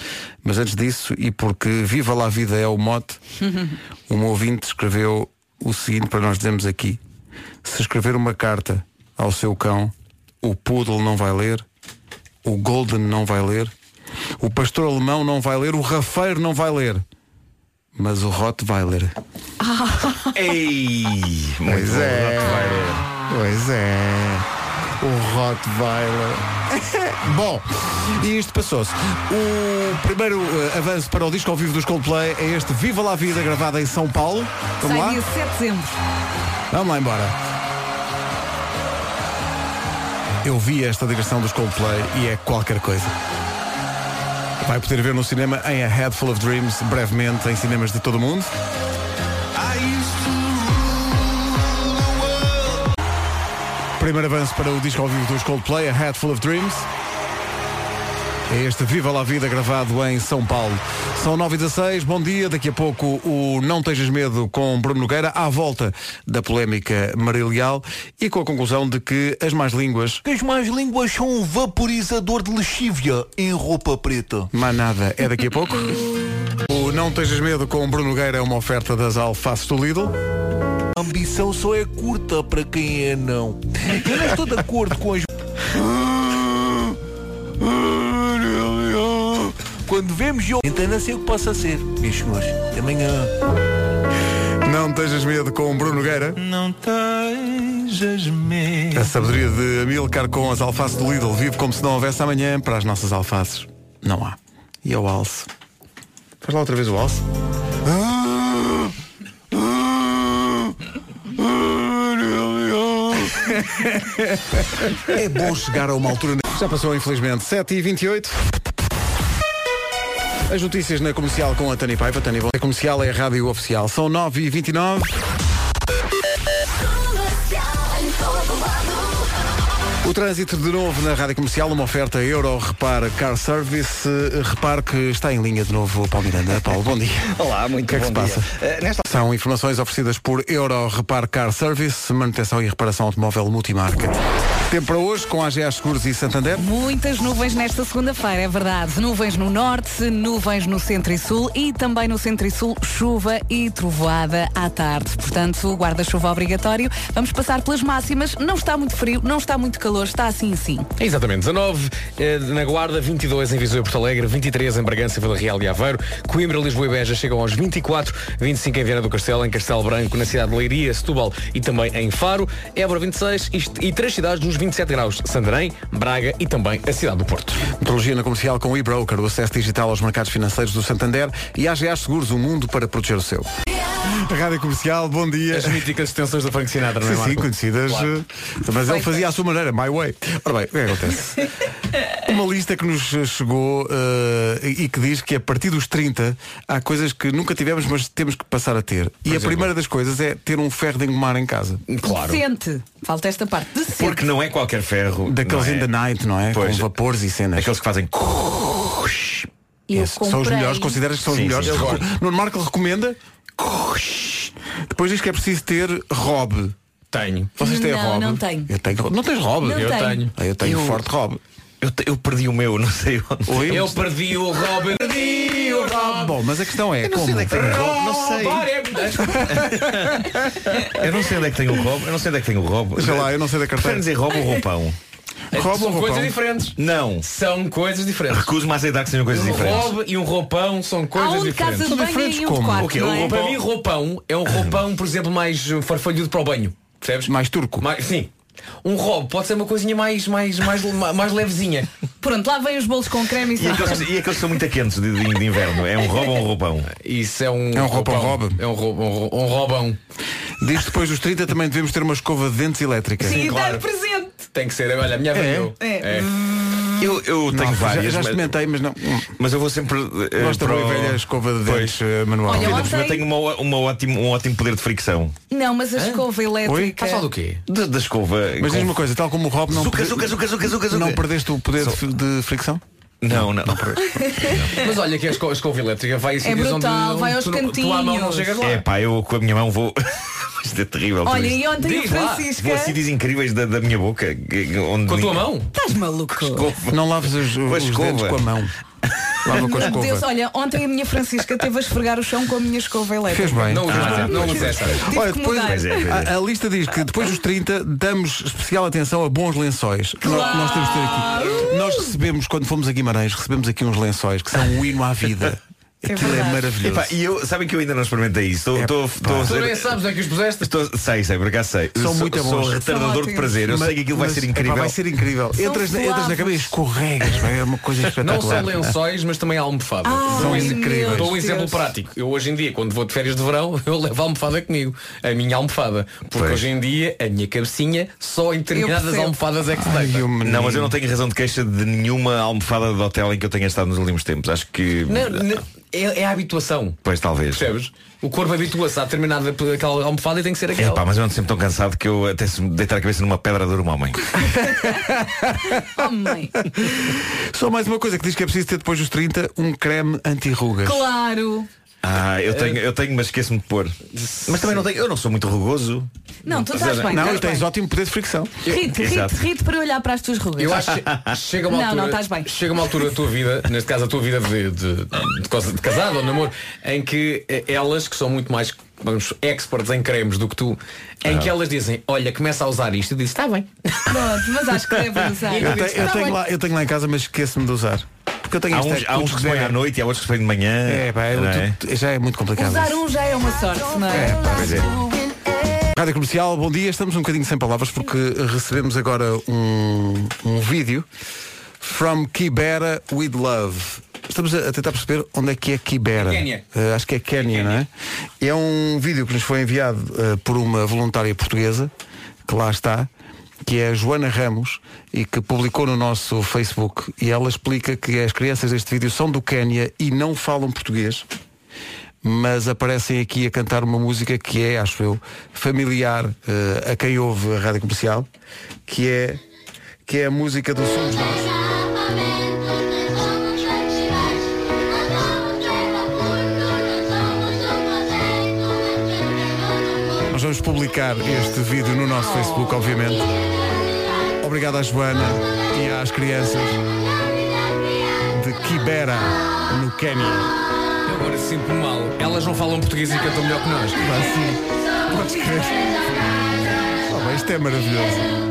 Speaker 2: Mas antes disso, e porque Viva lá a Vida é o mote, um ouvinte escreveu o seguinte para nós dizermos aqui. Se escrever uma carta ao seu cão, o poodle não vai ler, o golden não vai ler, o pastor alemão não vai ler, o rafeiro não vai ler, mas o rote vai ler.
Speaker 9: Ei! Muito
Speaker 2: Pois
Speaker 9: bom,
Speaker 2: é.
Speaker 9: Rottweiler.
Speaker 2: Pois é. O Rottweiler. Bom, e isto passou-se. O primeiro eh, avanço para o disco ao vivo dos Coldplay é este Viva lá Vida, gravado em São Paulo. Vamos
Speaker 5: Sai
Speaker 2: lá?
Speaker 5: dia 7 de dezembro.
Speaker 2: Vamos lá embora. Eu vi esta digressão dos Coldplay e é qualquer coisa. Vai poder ver no cinema em A Head Full of Dreams, brevemente em cinemas de todo o mundo. Primeiro avanço para o disco ao vivo dos Coldplay, A Head Full of Dreams. É este Viva La Vida gravado em São Paulo. São 9 e 16 bom dia. Daqui a pouco o Não Tejas Medo com Bruno Nogueira, à volta da polémica Marilial e com a conclusão de que as más línguas,
Speaker 8: Que as mais línguas são um vaporizador de lexívia em roupa preta.
Speaker 2: mais nada, é daqui a pouco. O Não Tejas Medo com Bruno Nogueira é uma oferta das alfaces do Lidl.
Speaker 8: A ambição só é curta para quem é não. Eu não estou de acordo com as. Quando vemos eu. Então não sei o que possa ser, meus senhores. Até amanhã.
Speaker 2: Não Tejas Medo com Bruno Nogueira.
Speaker 8: Não tejas medo.
Speaker 2: A sabedoria de Amilcar com as alfaces do Lidl vive como se não houvesse amanhã para as nossas alfaces. Não há. E é o alce. Faz lá outra vez o alce. É bom chegar a uma altura. Já passou, infelizmente, 7h28. As notícias na comercial com a Tani Paiva. Tani, a comercial é a rádio oficial. São 9h29. O trânsito de novo na Rádio Comercial, uma oferta Euro Repar Car Service. Eh, Repare que está em linha de novo o Paulo Miranda. Paulo, bom dia.
Speaker 3: Olá, muito
Speaker 2: O que é que
Speaker 3: bom
Speaker 2: se
Speaker 3: dia.
Speaker 2: passa?
Speaker 3: Eh, nesta
Speaker 2: São informações oferecidas por Euro Repar Car Service, manutenção e reparação automóvel multimarca. Tempo para hoje com a AGA Seguros e Santander.
Speaker 5: Muitas nuvens nesta segunda-feira, é verdade. Nuvens no norte, nuvens no centro e sul e também no centro e sul chuva e trovoada à tarde. Portanto, guarda-chuva obrigatório. Vamos passar pelas máximas. Não está muito frio, não está muito calor, está assim sim.
Speaker 6: É Exatamente, 19 eh, na Guarda, 22 em Viseu e Porto Alegre, 23 em Bragança, Vila Real e Aveiro, Coimbra, Lisboa e Beja chegam aos 24, 25 em Viana do Castelo, em Castelo Branco, na cidade de Leiria, Setúbal e também em Faro, Évora 26 e, e três cidades nos 27 graus, Santarém, Braga e também a cidade do Porto.
Speaker 2: Metrologia na comercial com o eBroker, o acesso digital aos mercados financeiros do Santander e a AGA Seguros, o mundo para proteger o seu. Rádio Comercial, bom dia.
Speaker 6: As míticas extensões da Frank Sinatra, não é
Speaker 2: Sim, sim,
Speaker 6: Marco?
Speaker 2: conhecidas.
Speaker 6: Claro.
Speaker 2: eh, Mas ele fazia à sua maneira, my way. Ora bem, o que é que acontece? Uma lista que nos chegou eh, e que diz que a partir dos 30 há coisas que nunca tivemos, mas temos que passar a ter. e a
Speaker 6: exemplo?
Speaker 2: primeira das coisas é ter um ferro de engomar em casa.
Speaker 6: Claro.
Speaker 5: Decente. Falta esta parte. Decente.
Speaker 9: Porque não é qualquer ferro.
Speaker 2: Daqueles
Speaker 9: não é?
Speaker 2: in the night, não é?
Speaker 9: Pois.
Speaker 2: Com vapores e cenas.
Speaker 9: Aqueles que fazem.
Speaker 5: Eu
Speaker 2: Esses São os melhores, consideras que são
Speaker 9: Sim,
Speaker 2: os melhores.
Speaker 9: sim, eu
Speaker 2: Nuno Marco recomenda. Depois diz que é preciso ter robe.
Speaker 6: Tenho.
Speaker 2: Vocês têm
Speaker 5: Não,
Speaker 2: robe?
Speaker 5: não tenho.
Speaker 2: Eu tenho robe. Não tens robe?
Speaker 5: Não Eu tenho. tenho.
Speaker 2: Ah, Eu tenho forte robe.
Speaker 9: Eu, te- eu perdi o meu, não sei onde.
Speaker 2: Oi?
Speaker 6: Eu perdi o Robin. Perdi o Robin. é
Speaker 2: Bom, mas a questão é
Speaker 9: não sei
Speaker 2: como?
Speaker 9: onde é que tem o Rob, não sei. Eu não sei onde é que tem o Rob, eu não sei onde é que tem o Rob.
Speaker 2: Sei lá, eu não sei da carteira.
Speaker 9: Preferem dizer Rob ou roupão?
Speaker 2: Robe ou
Speaker 6: São coisas
Speaker 2: roupão?
Speaker 6: diferentes.
Speaker 9: Não.
Speaker 6: São coisas diferentes.
Speaker 9: Recuso-me a aceitar que sejam coisas
Speaker 6: Um
Speaker 9: diferentes.
Speaker 6: robe e um roupão são
Speaker 5: Há
Speaker 6: coisas
Speaker 5: um de
Speaker 6: diferentes.
Speaker 5: casa de banho
Speaker 2: diferentes
Speaker 5: e um de
Speaker 2: como?
Speaker 5: quarto.
Speaker 9: O quê?
Speaker 5: não
Speaker 9: O
Speaker 5: é?
Speaker 9: roupa-
Speaker 6: Para mim, roupão é um roupão, por exemplo, mais eh, farfalhudo para o banho. Percebes?
Speaker 2: Mais turco.
Speaker 6: Mais- sim. Um robe pode ser uma coisinha mais, mais, mais, ma- mais levezinha.
Speaker 5: Pronto, lá vem os bolos com creme e
Speaker 9: E então,
Speaker 5: sal.
Speaker 9: aqueles, e aqueles que são muito quentes de, de- de inverno. É um Rob ou um roupão?
Speaker 6: Isso é um.
Speaker 2: É um roupão robe.
Speaker 6: É um roupão. Um, ro- um robão.
Speaker 2: Diz que depois dos 30 também devemos ter uma escova de dentes elétrica.
Speaker 5: Sim,
Speaker 6: claro.
Speaker 5: dar presente.
Speaker 6: Tem que ser. Olha, a minha avó.
Speaker 5: É.
Speaker 9: Eu, eu
Speaker 2: Não,
Speaker 9: tenho
Speaker 2: já-
Speaker 9: várias.
Speaker 2: Já,
Speaker 9: mas-
Speaker 2: experimentei, mas não. Hum.
Speaker 9: Mas eu vou sempre. eh,
Speaker 2: Gosto da
Speaker 9: para
Speaker 2: boa e
Speaker 9: o-
Speaker 2: velha escova de dentes eh, manual.
Speaker 5: Olha,
Speaker 9: Mas eu
Speaker 5: Ontem-
Speaker 9: tenho uma, ó- uma ótimo, um ótimo poder de fricção.
Speaker 5: Não, mas a escova elétrica.
Speaker 6: Faz falar do quê?
Speaker 9: Da, da escova.
Speaker 2: Mas
Speaker 9: com-
Speaker 2: diz uma coisa, tal como o Rob não,
Speaker 9: Zuca,
Speaker 2: perde-
Speaker 9: zuca, zuca, zuca, zuca, zuca.
Speaker 2: é um não perdeste o poder de f- de fricção?
Speaker 9: Não, não.
Speaker 6: Mas olha que a esco- a escova elétrica vai assim
Speaker 5: É
Speaker 6: diz onde,
Speaker 5: brutal,
Speaker 6: onde
Speaker 5: vai aos
Speaker 6: tu, não- tu à mão não
Speaker 5: cantinhos.
Speaker 6: chegas lá.
Speaker 9: É pá, eu com a minha mão vou. Isto é terrível. tudo
Speaker 5: Olha,
Speaker 9: isto.
Speaker 5: e ontem a
Speaker 6: Diz lá,
Speaker 9: Vou assim
Speaker 5: Francisca.
Speaker 9: a sítios incríveis da, da minha boca. que- Onde
Speaker 6: Com a tua
Speaker 9: ninguém-
Speaker 6: mão?
Speaker 5: Estás maluco?
Speaker 9: Escova.
Speaker 2: Não laves os,
Speaker 9: a
Speaker 2: os
Speaker 9: escova.
Speaker 2: dentes com a mão. Lava com a
Speaker 5: Meu Deus,
Speaker 2: escova.
Speaker 5: olha, ontem a minha Francisca teve a esfregar o chão com a minha escova elétrica.
Speaker 2: Fez bem.
Speaker 6: Não uses mais, não uses essa.
Speaker 5: Tive
Speaker 2: Olha,
Speaker 5: que
Speaker 2: depois-
Speaker 5: mudar.
Speaker 9: Pois é, pois é.
Speaker 2: A, a lista diz que depois dos 30 damos especial atenção a bons lençóis. que nó- Nós, temos de ter aqui. Nós recebemos, quando fomos a Guimarães, recebemos aqui uns lençóis que são um hino à vida. Aquilo é
Speaker 5: verdade.
Speaker 2: maravilhoso.
Speaker 9: Epá, e eu, sabem que eu ainda não experimentei isso.
Speaker 2: É,
Speaker 9: Estou
Speaker 2: pá.
Speaker 9: estou a
Speaker 6: Tu nem
Speaker 9: ser.
Speaker 6: sabes onde é que os puseste.
Speaker 9: Estou, sei, sei, por acaso sei.
Speaker 2: São
Speaker 9: sou,
Speaker 2: muito
Speaker 9: sou
Speaker 2: bons.
Speaker 5: São
Speaker 9: retardador
Speaker 5: ótimos.
Speaker 9: de prazer. Eu sei que aquilo vai
Speaker 2: Mas-
Speaker 9: ser
Speaker 2: epá,
Speaker 9: incrível.
Speaker 2: vai ser incrível. Entras, na- entras na
Speaker 5: suaves.
Speaker 2: cama e escorregas. vai, É uma coisa
Speaker 6: Não
Speaker 2: espetacular.
Speaker 6: são lençóis, mas também há almofada.
Speaker 5: Ai,
Speaker 6: Dou um
Speaker 5: meu
Speaker 6: exe-
Speaker 5: Deus.
Speaker 6: Dou um exemplo prático. Eu hoje em dia, quando vou de férias de verão, eu levo a almofada comigo. A minha almofada. Porque
Speaker 9: Pois.
Speaker 6: hoje em dia, a minha cabecinha, só em determinadas
Speaker 5: percebo.
Speaker 6: almofadas é que se
Speaker 2: Ai,
Speaker 6: deita.
Speaker 2: eu me-
Speaker 9: Não, mas eu não tenho razão de queixa de nenhuma almofada de hotel em que eu tenha estado nos últimos tempos. Acho que.
Speaker 6: Não, não, é, é a habituação.
Speaker 9: Pois talvez.
Speaker 6: Percebes? O corpo habitua-se a determinada por aquela almofada e tem que ser
Speaker 9: É,
Speaker 6: aquela.
Speaker 9: pá, mas eu ando sempre tão cansado que eu até se me deitar a cabeça numa pedra duro uma homem.
Speaker 5: Oh, mãe.
Speaker 2: Só mais uma coisa que diz que é preciso ter depois dos 30 um creme anti-rugas.
Speaker 5: Claro.
Speaker 9: Ah, eu tenho, eu tenho, mas esqueço-me de pôr. Mas também não tenho, eu não sou muito rugoso.
Speaker 5: Não, tu estás bem.
Speaker 2: Não,
Speaker 5: estás
Speaker 2: e tens
Speaker 5: bem.
Speaker 2: ótimo poder de fricção.
Speaker 5: Rite, rite,
Speaker 9: Exato.
Speaker 5: rite para olhar para as tuas rugas.
Speaker 6: Eu acho que chega uma
Speaker 5: Não,
Speaker 6: altura,
Speaker 5: não, estás bem.
Speaker 6: chega uma altura da tua vida, neste caso a tua vida de, de, de coisa- de casado ou de namoro, em que eh, elas, que são muito mais vamos, experts em cremes do que tu, em que elas dizem, olha, começa a usar isto, e dizes, está bem.
Speaker 5: Pronto, mas acho que deve usar. Tá
Speaker 2: Eu, te- eu
Speaker 6: Está
Speaker 2: tenho
Speaker 6: bem.
Speaker 2: lá, eu tenho lá em casa, mas esqueço-me de usar. Porque eu tenho
Speaker 9: Há
Speaker 2: este
Speaker 9: uns, há
Speaker 2: hábito
Speaker 9: uns
Speaker 2: de
Speaker 9: que se põem à
Speaker 2: esmagar.
Speaker 9: noite e há outros que se põem de manhã.
Speaker 2: É, pá, eu-
Speaker 9: não
Speaker 2: tu- tu- já é muito complicado.
Speaker 5: Usar
Speaker 2: isso.
Speaker 5: um já é uma sorte, não é?
Speaker 2: É, pá.
Speaker 9: Pois é.
Speaker 2: Rádio Comercial, bom dia. Estamos um bocadinho sem palavras porque recebemos agora um, um vídeo From Kibera with Love. Estamos a a tentar perceber onde é que é Kibera.
Speaker 6: Quénia.
Speaker 2: Eh, acho que é Quénia, não é? É um vídeo que nos foi enviado eh, por uma voluntária portuguesa, que lá está, que é a Joana Ramos e que publicou no nosso Facebook. E ela explica que as crianças deste vídeo são do Quénia e não falam português mas aparecem aqui a cantar uma música que é, acho eu, familiar eh, a quem ouve a rádio comercial, que é, que é a música do Somos Nós. Nós vamos publicar este vídeo no nosso Facebook, obviamente. Obrigado à Joana e às crianças de Kibera, no Quênia.
Speaker 6: Eu agora sinto-me mal. Elas não falam português e cantam melhor que nós.
Speaker 2: Pá, sim. Podes crer. Oh, bem, isto é maravilhoso.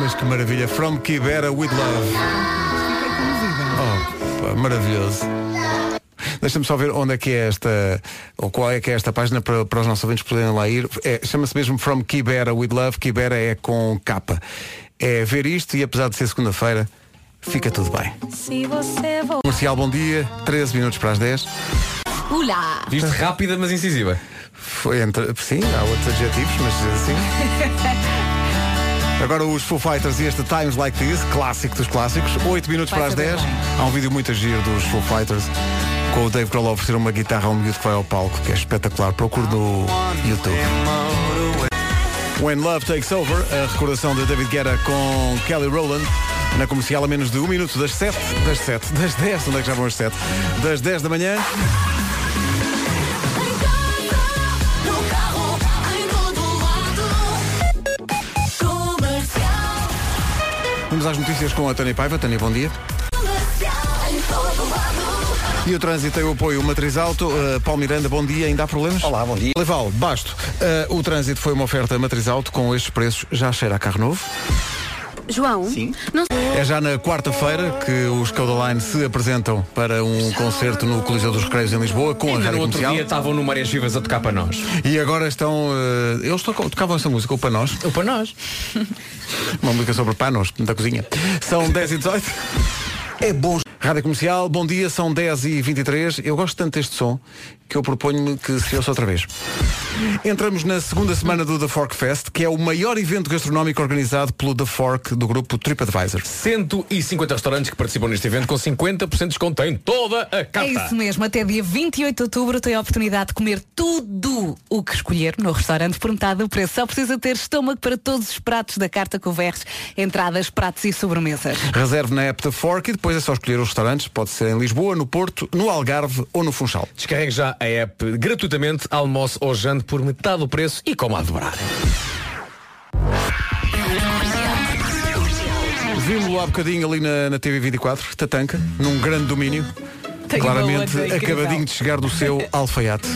Speaker 2: Mas que maravilha. From Kibera with Love. Oh, pá, maravilhoso. Deixa-me só ver onde é que é esta, ou qual é que é esta página para, para os nossos ouvintes poderem lá ir. É, Chama-se mesmo From Kibera with Love. Kibera é com capa. É ver isto e apesar de ser segunda-feira, fica tudo bem.
Speaker 5: Se você voltar.
Speaker 2: Comercial, bom dia. 13 minutos para as 10.
Speaker 5: Olá!
Speaker 6: Viste rápida, mas incisiva.
Speaker 2: Foi entre... Sim, há outros adjetivos, mas sim. Agora os Foo Fighters e este Times Like This, clássico dos clássicos, 8 minutos
Speaker 5: Vai
Speaker 2: para as
Speaker 5: saber
Speaker 2: 10.
Speaker 5: bem.
Speaker 2: Há um vídeo muito agir dos Foo Fighters com o Dave Grohl a oferecer uma guitarra a um miúdo que vai ao palco, que é espetacular. Procure no YouTube. When Love Takes Over, a recordação de David Guerra com Kelly Rowland. Na comercial a menos de um minuto das 7, das 7, das 10, onde é que já vão as 7? Das 10 da manhã. Vamos às notícias com a Tânia Paiva. Tânia, bom dia. E o trânsito tem o apoio Matriz Alto. Uh, Paulo Miranda, bom dia. Ainda há problemas?
Speaker 3: Olá, bom dia.
Speaker 2: Leval, basto. Uh, o trânsito foi uma oferta Matriz Alto com estes preços. Já cheira a carro novo.
Speaker 11: João, não
Speaker 2: É já na quarta-feira que os Caudaline se apresentam para um concerto no Coliseu dos Recreios em Lisboa com a
Speaker 6: Ainda
Speaker 2: Rádio
Speaker 6: no outro
Speaker 2: Comercial.
Speaker 6: dia estavam no Marés Vivas a tocar para nós.
Speaker 2: E agora estão... uh, eles tocam- tocavam essa música, o Panós.
Speaker 6: Ou para nós.
Speaker 2: Uma música sobre panos da cozinha. São 10 e 18. É bom. Rádio Comercial, bom dia, são 10 e 23. Eu gosto tanto deste som que eu proponho-me que se ouça outra vez. Entramos na segunda semana do The Fork Fest, que é o maior evento gastronómico organizado pelo The Fork do grupo TripAdvisor.
Speaker 6: 150 restaurantes que participam neste evento com 50% de desconto em toda a carta.
Speaker 5: É isso mesmo, até dia 28 de outubro tem a oportunidade de comer tudo o que escolher no restaurante por metade do preço. Só precisa ter estômago para todos os pratos da carta com verres, entradas, pratos e sobremesas.
Speaker 2: Reserve na app The Fork e depois é só escolher os restaurantes. Pode ser em Lisboa, no Porto, no Algarve ou no Funchal.
Speaker 6: Descarregue já a app gratuitamente, almoço ou jante por metade do preço e coma a dobrar.
Speaker 2: Vimos-lo há bocadinho ali na, na TV24, Tatanca, num grande domínio.
Speaker 5: Tem uma
Speaker 2: Claramente
Speaker 5: outra incrível.
Speaker 2: acabadinho de chegar do seu alfaiate.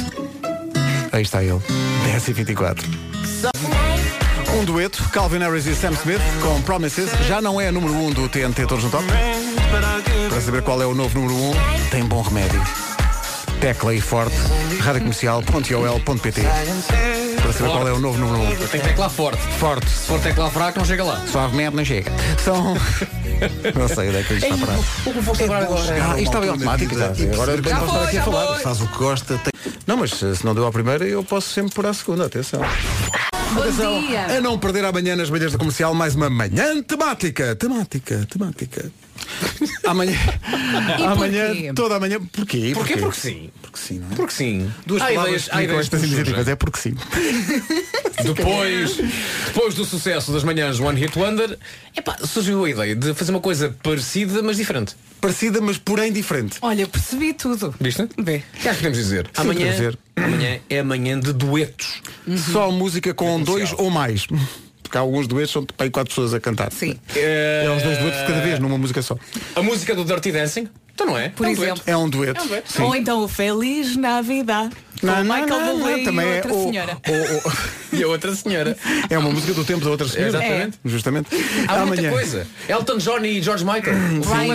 Speaker 2: Aí está ele, 10 e 24. Um dueto, Calvin Harris e Sam Smith, com Promises, já não é a número 1 um do TNT Todos no Top. Para saber qual é o novo número 1, um, tem bom remédio. Tecla e forte, radiocomercial.ol.pt Para saber qual é o novo número 1. Um.
Speaker 6: Tem tecla forte.
Speaker 2: Forte,
Speaker 6: Se for tecla fraca, não chega lá.
Speaker 2: suavemente não chega. São... não sei onde é que isto está parado. Ah, isto estava em automático. tipo, já. Agora eu tenho que estar aqui a falar. Faz o que gosta. tem- Não, mas eh, se não deu à primeira, eu posso sempre pôr à segunda. Atenção.
Speaker 5: Bom
Speaker 2: Atenção.
Speaker 5: dia!
Speaker 2: A não perder amanhã nas manhãs da comercial mais uma manhã temática. Temática, temática. amanhã.
Speaker 5: porquê?
Speaker 2: amanhã, toda amanhã. Porquê?
Speaker 6: Porquê? Porque sim.
Speaker 2: Porque sim, não é?
Speaker 6: Porque sim.
Speaker 2: Duas
Speaker 6: Há
Speaker 2: palavras
Speaker 6: ideias, há
Speaker 2: que com
Speaker 6: ideias
Speaker 2: estas
Speaker 6: que surgem.
Speaker 2: iniciativas. É porque sim.
Speaker 6: Depois, depois do sucesso das manhãs One Hit Wonder, epá, surgiu a ideia de fazer uma coisa parecida, mas diferente.
Speaker 2: Parecida, mas porém diferente.
Speaker 5: Olha, percebi tudo.
Speaker 6: Viste?
Speaker 5: Vê.
Speaker 6: O que é que podemos dizer?
Speaker 2: Amanhã-
Speaker 6: podemos dizer. amanhã é amanhã de duetos.
Speaker 2: Uhum. Só música com dois ou mais. Porque há alguns duetos, são para aí quatro pessoas a cantar.
Speaker 5: Sim.
Speaker 2: É uns dois duetos de cada vez, numa música só.
Speaker 6: A música do Dirty Dancing? Então não é?
Speaker 5: Por
Speaker 6: É um
Speaker 5: exemplo.
Speaker 6: dueto.
Speaker 2: É um dueto.
Speaker 6: É um dueto.
Speaker 2: Sim.
Speaker 5: Ou então o Feliz Navidad. com
Speaker 2: Não, não,
Speaker 5: Michael
Speaker 2: não,
Speaker 5: Bublé
Speaker 2: não,
Speaker 5: e
Speaker 2: também é
Speaker 5: outra
Speaker 2: o-
Speaker 5: senhora.
Speaker 2: o- o-
Speaker 6: E a outra senhora.
Speaker 2: é uma música do tempo da outra senhora. É.
Speaker 6: Exatamente.
Speaker 2: Justamente.
Speaker 6: Há muita coisa. Elton John e George Michael.
Speaker 5: Ryan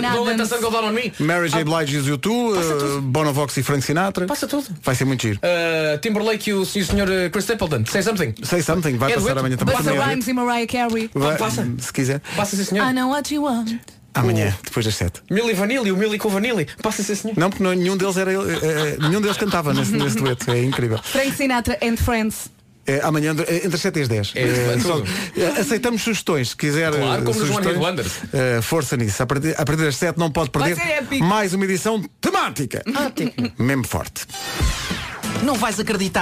Speaker 6: Let Go, Let the
Speaker 5: Adams.
Speaker 6: Sun Go Down on Me.
Speaker 2: Mary J. Blige e os U2, eh, Bonovox e Frank Sinatra.
Speaker 6: Passa tudo.
Speaker 2: Vai ser muito giro.
Speaker 6: Uh, Timberlake e o, e o senhor uh, Chris Stapleton. Say something.
Speaker 2: Say something, vai
Speaker 6: É
Speaker 2: passar
Speaker 6: dueto.
Speaker 2: amanhã também.
Speaker 5: Busta
Speaker 2: Também é
Speaker 5: Rhymes e Mariah Carey.
Speaker 2: dueto. Vai-
Speaker 6: Passa.
Speaker 2: Se quiser.
Speaker 6: Passa esse senhor.
Speaker 5: I know what you want.
Speaker 2: Amanhã, depois das 7.
Speaker 6: Milli Vanilli, o Milli com Vanilli. Passa esse senhor.
Speaker 2: Não, porque não- nenhum deles era. ele, eh, eh, nenhum deles cantava nesse, nesse dueto. É incrível.
Speaker 5: Frank Sinatra and Friends.
Speaker 2: É, amanhã entre- entre as 7 e as 10.
Speaker 6: É,
Speaker 2: É,
Speaker 6: tudo.
Speaker 2: só- é, aceitamos sugestões, se quiser.
Speaker 6: Claro, como
Speaker 2: eh,
Speaker 6: nos
Speaker 2: sugestões,
Speaker 6: One Hit Wonders.
Speaker 2: eh, força nisso. A partir, a partir das 7 não pode
Speaker 5: Vai
Speaker 2: perder
Speaker 5: ser épico.
Speaker 2: mais uma edição temática. Mesmo forte.
Speaker 1: Não vais acreditar.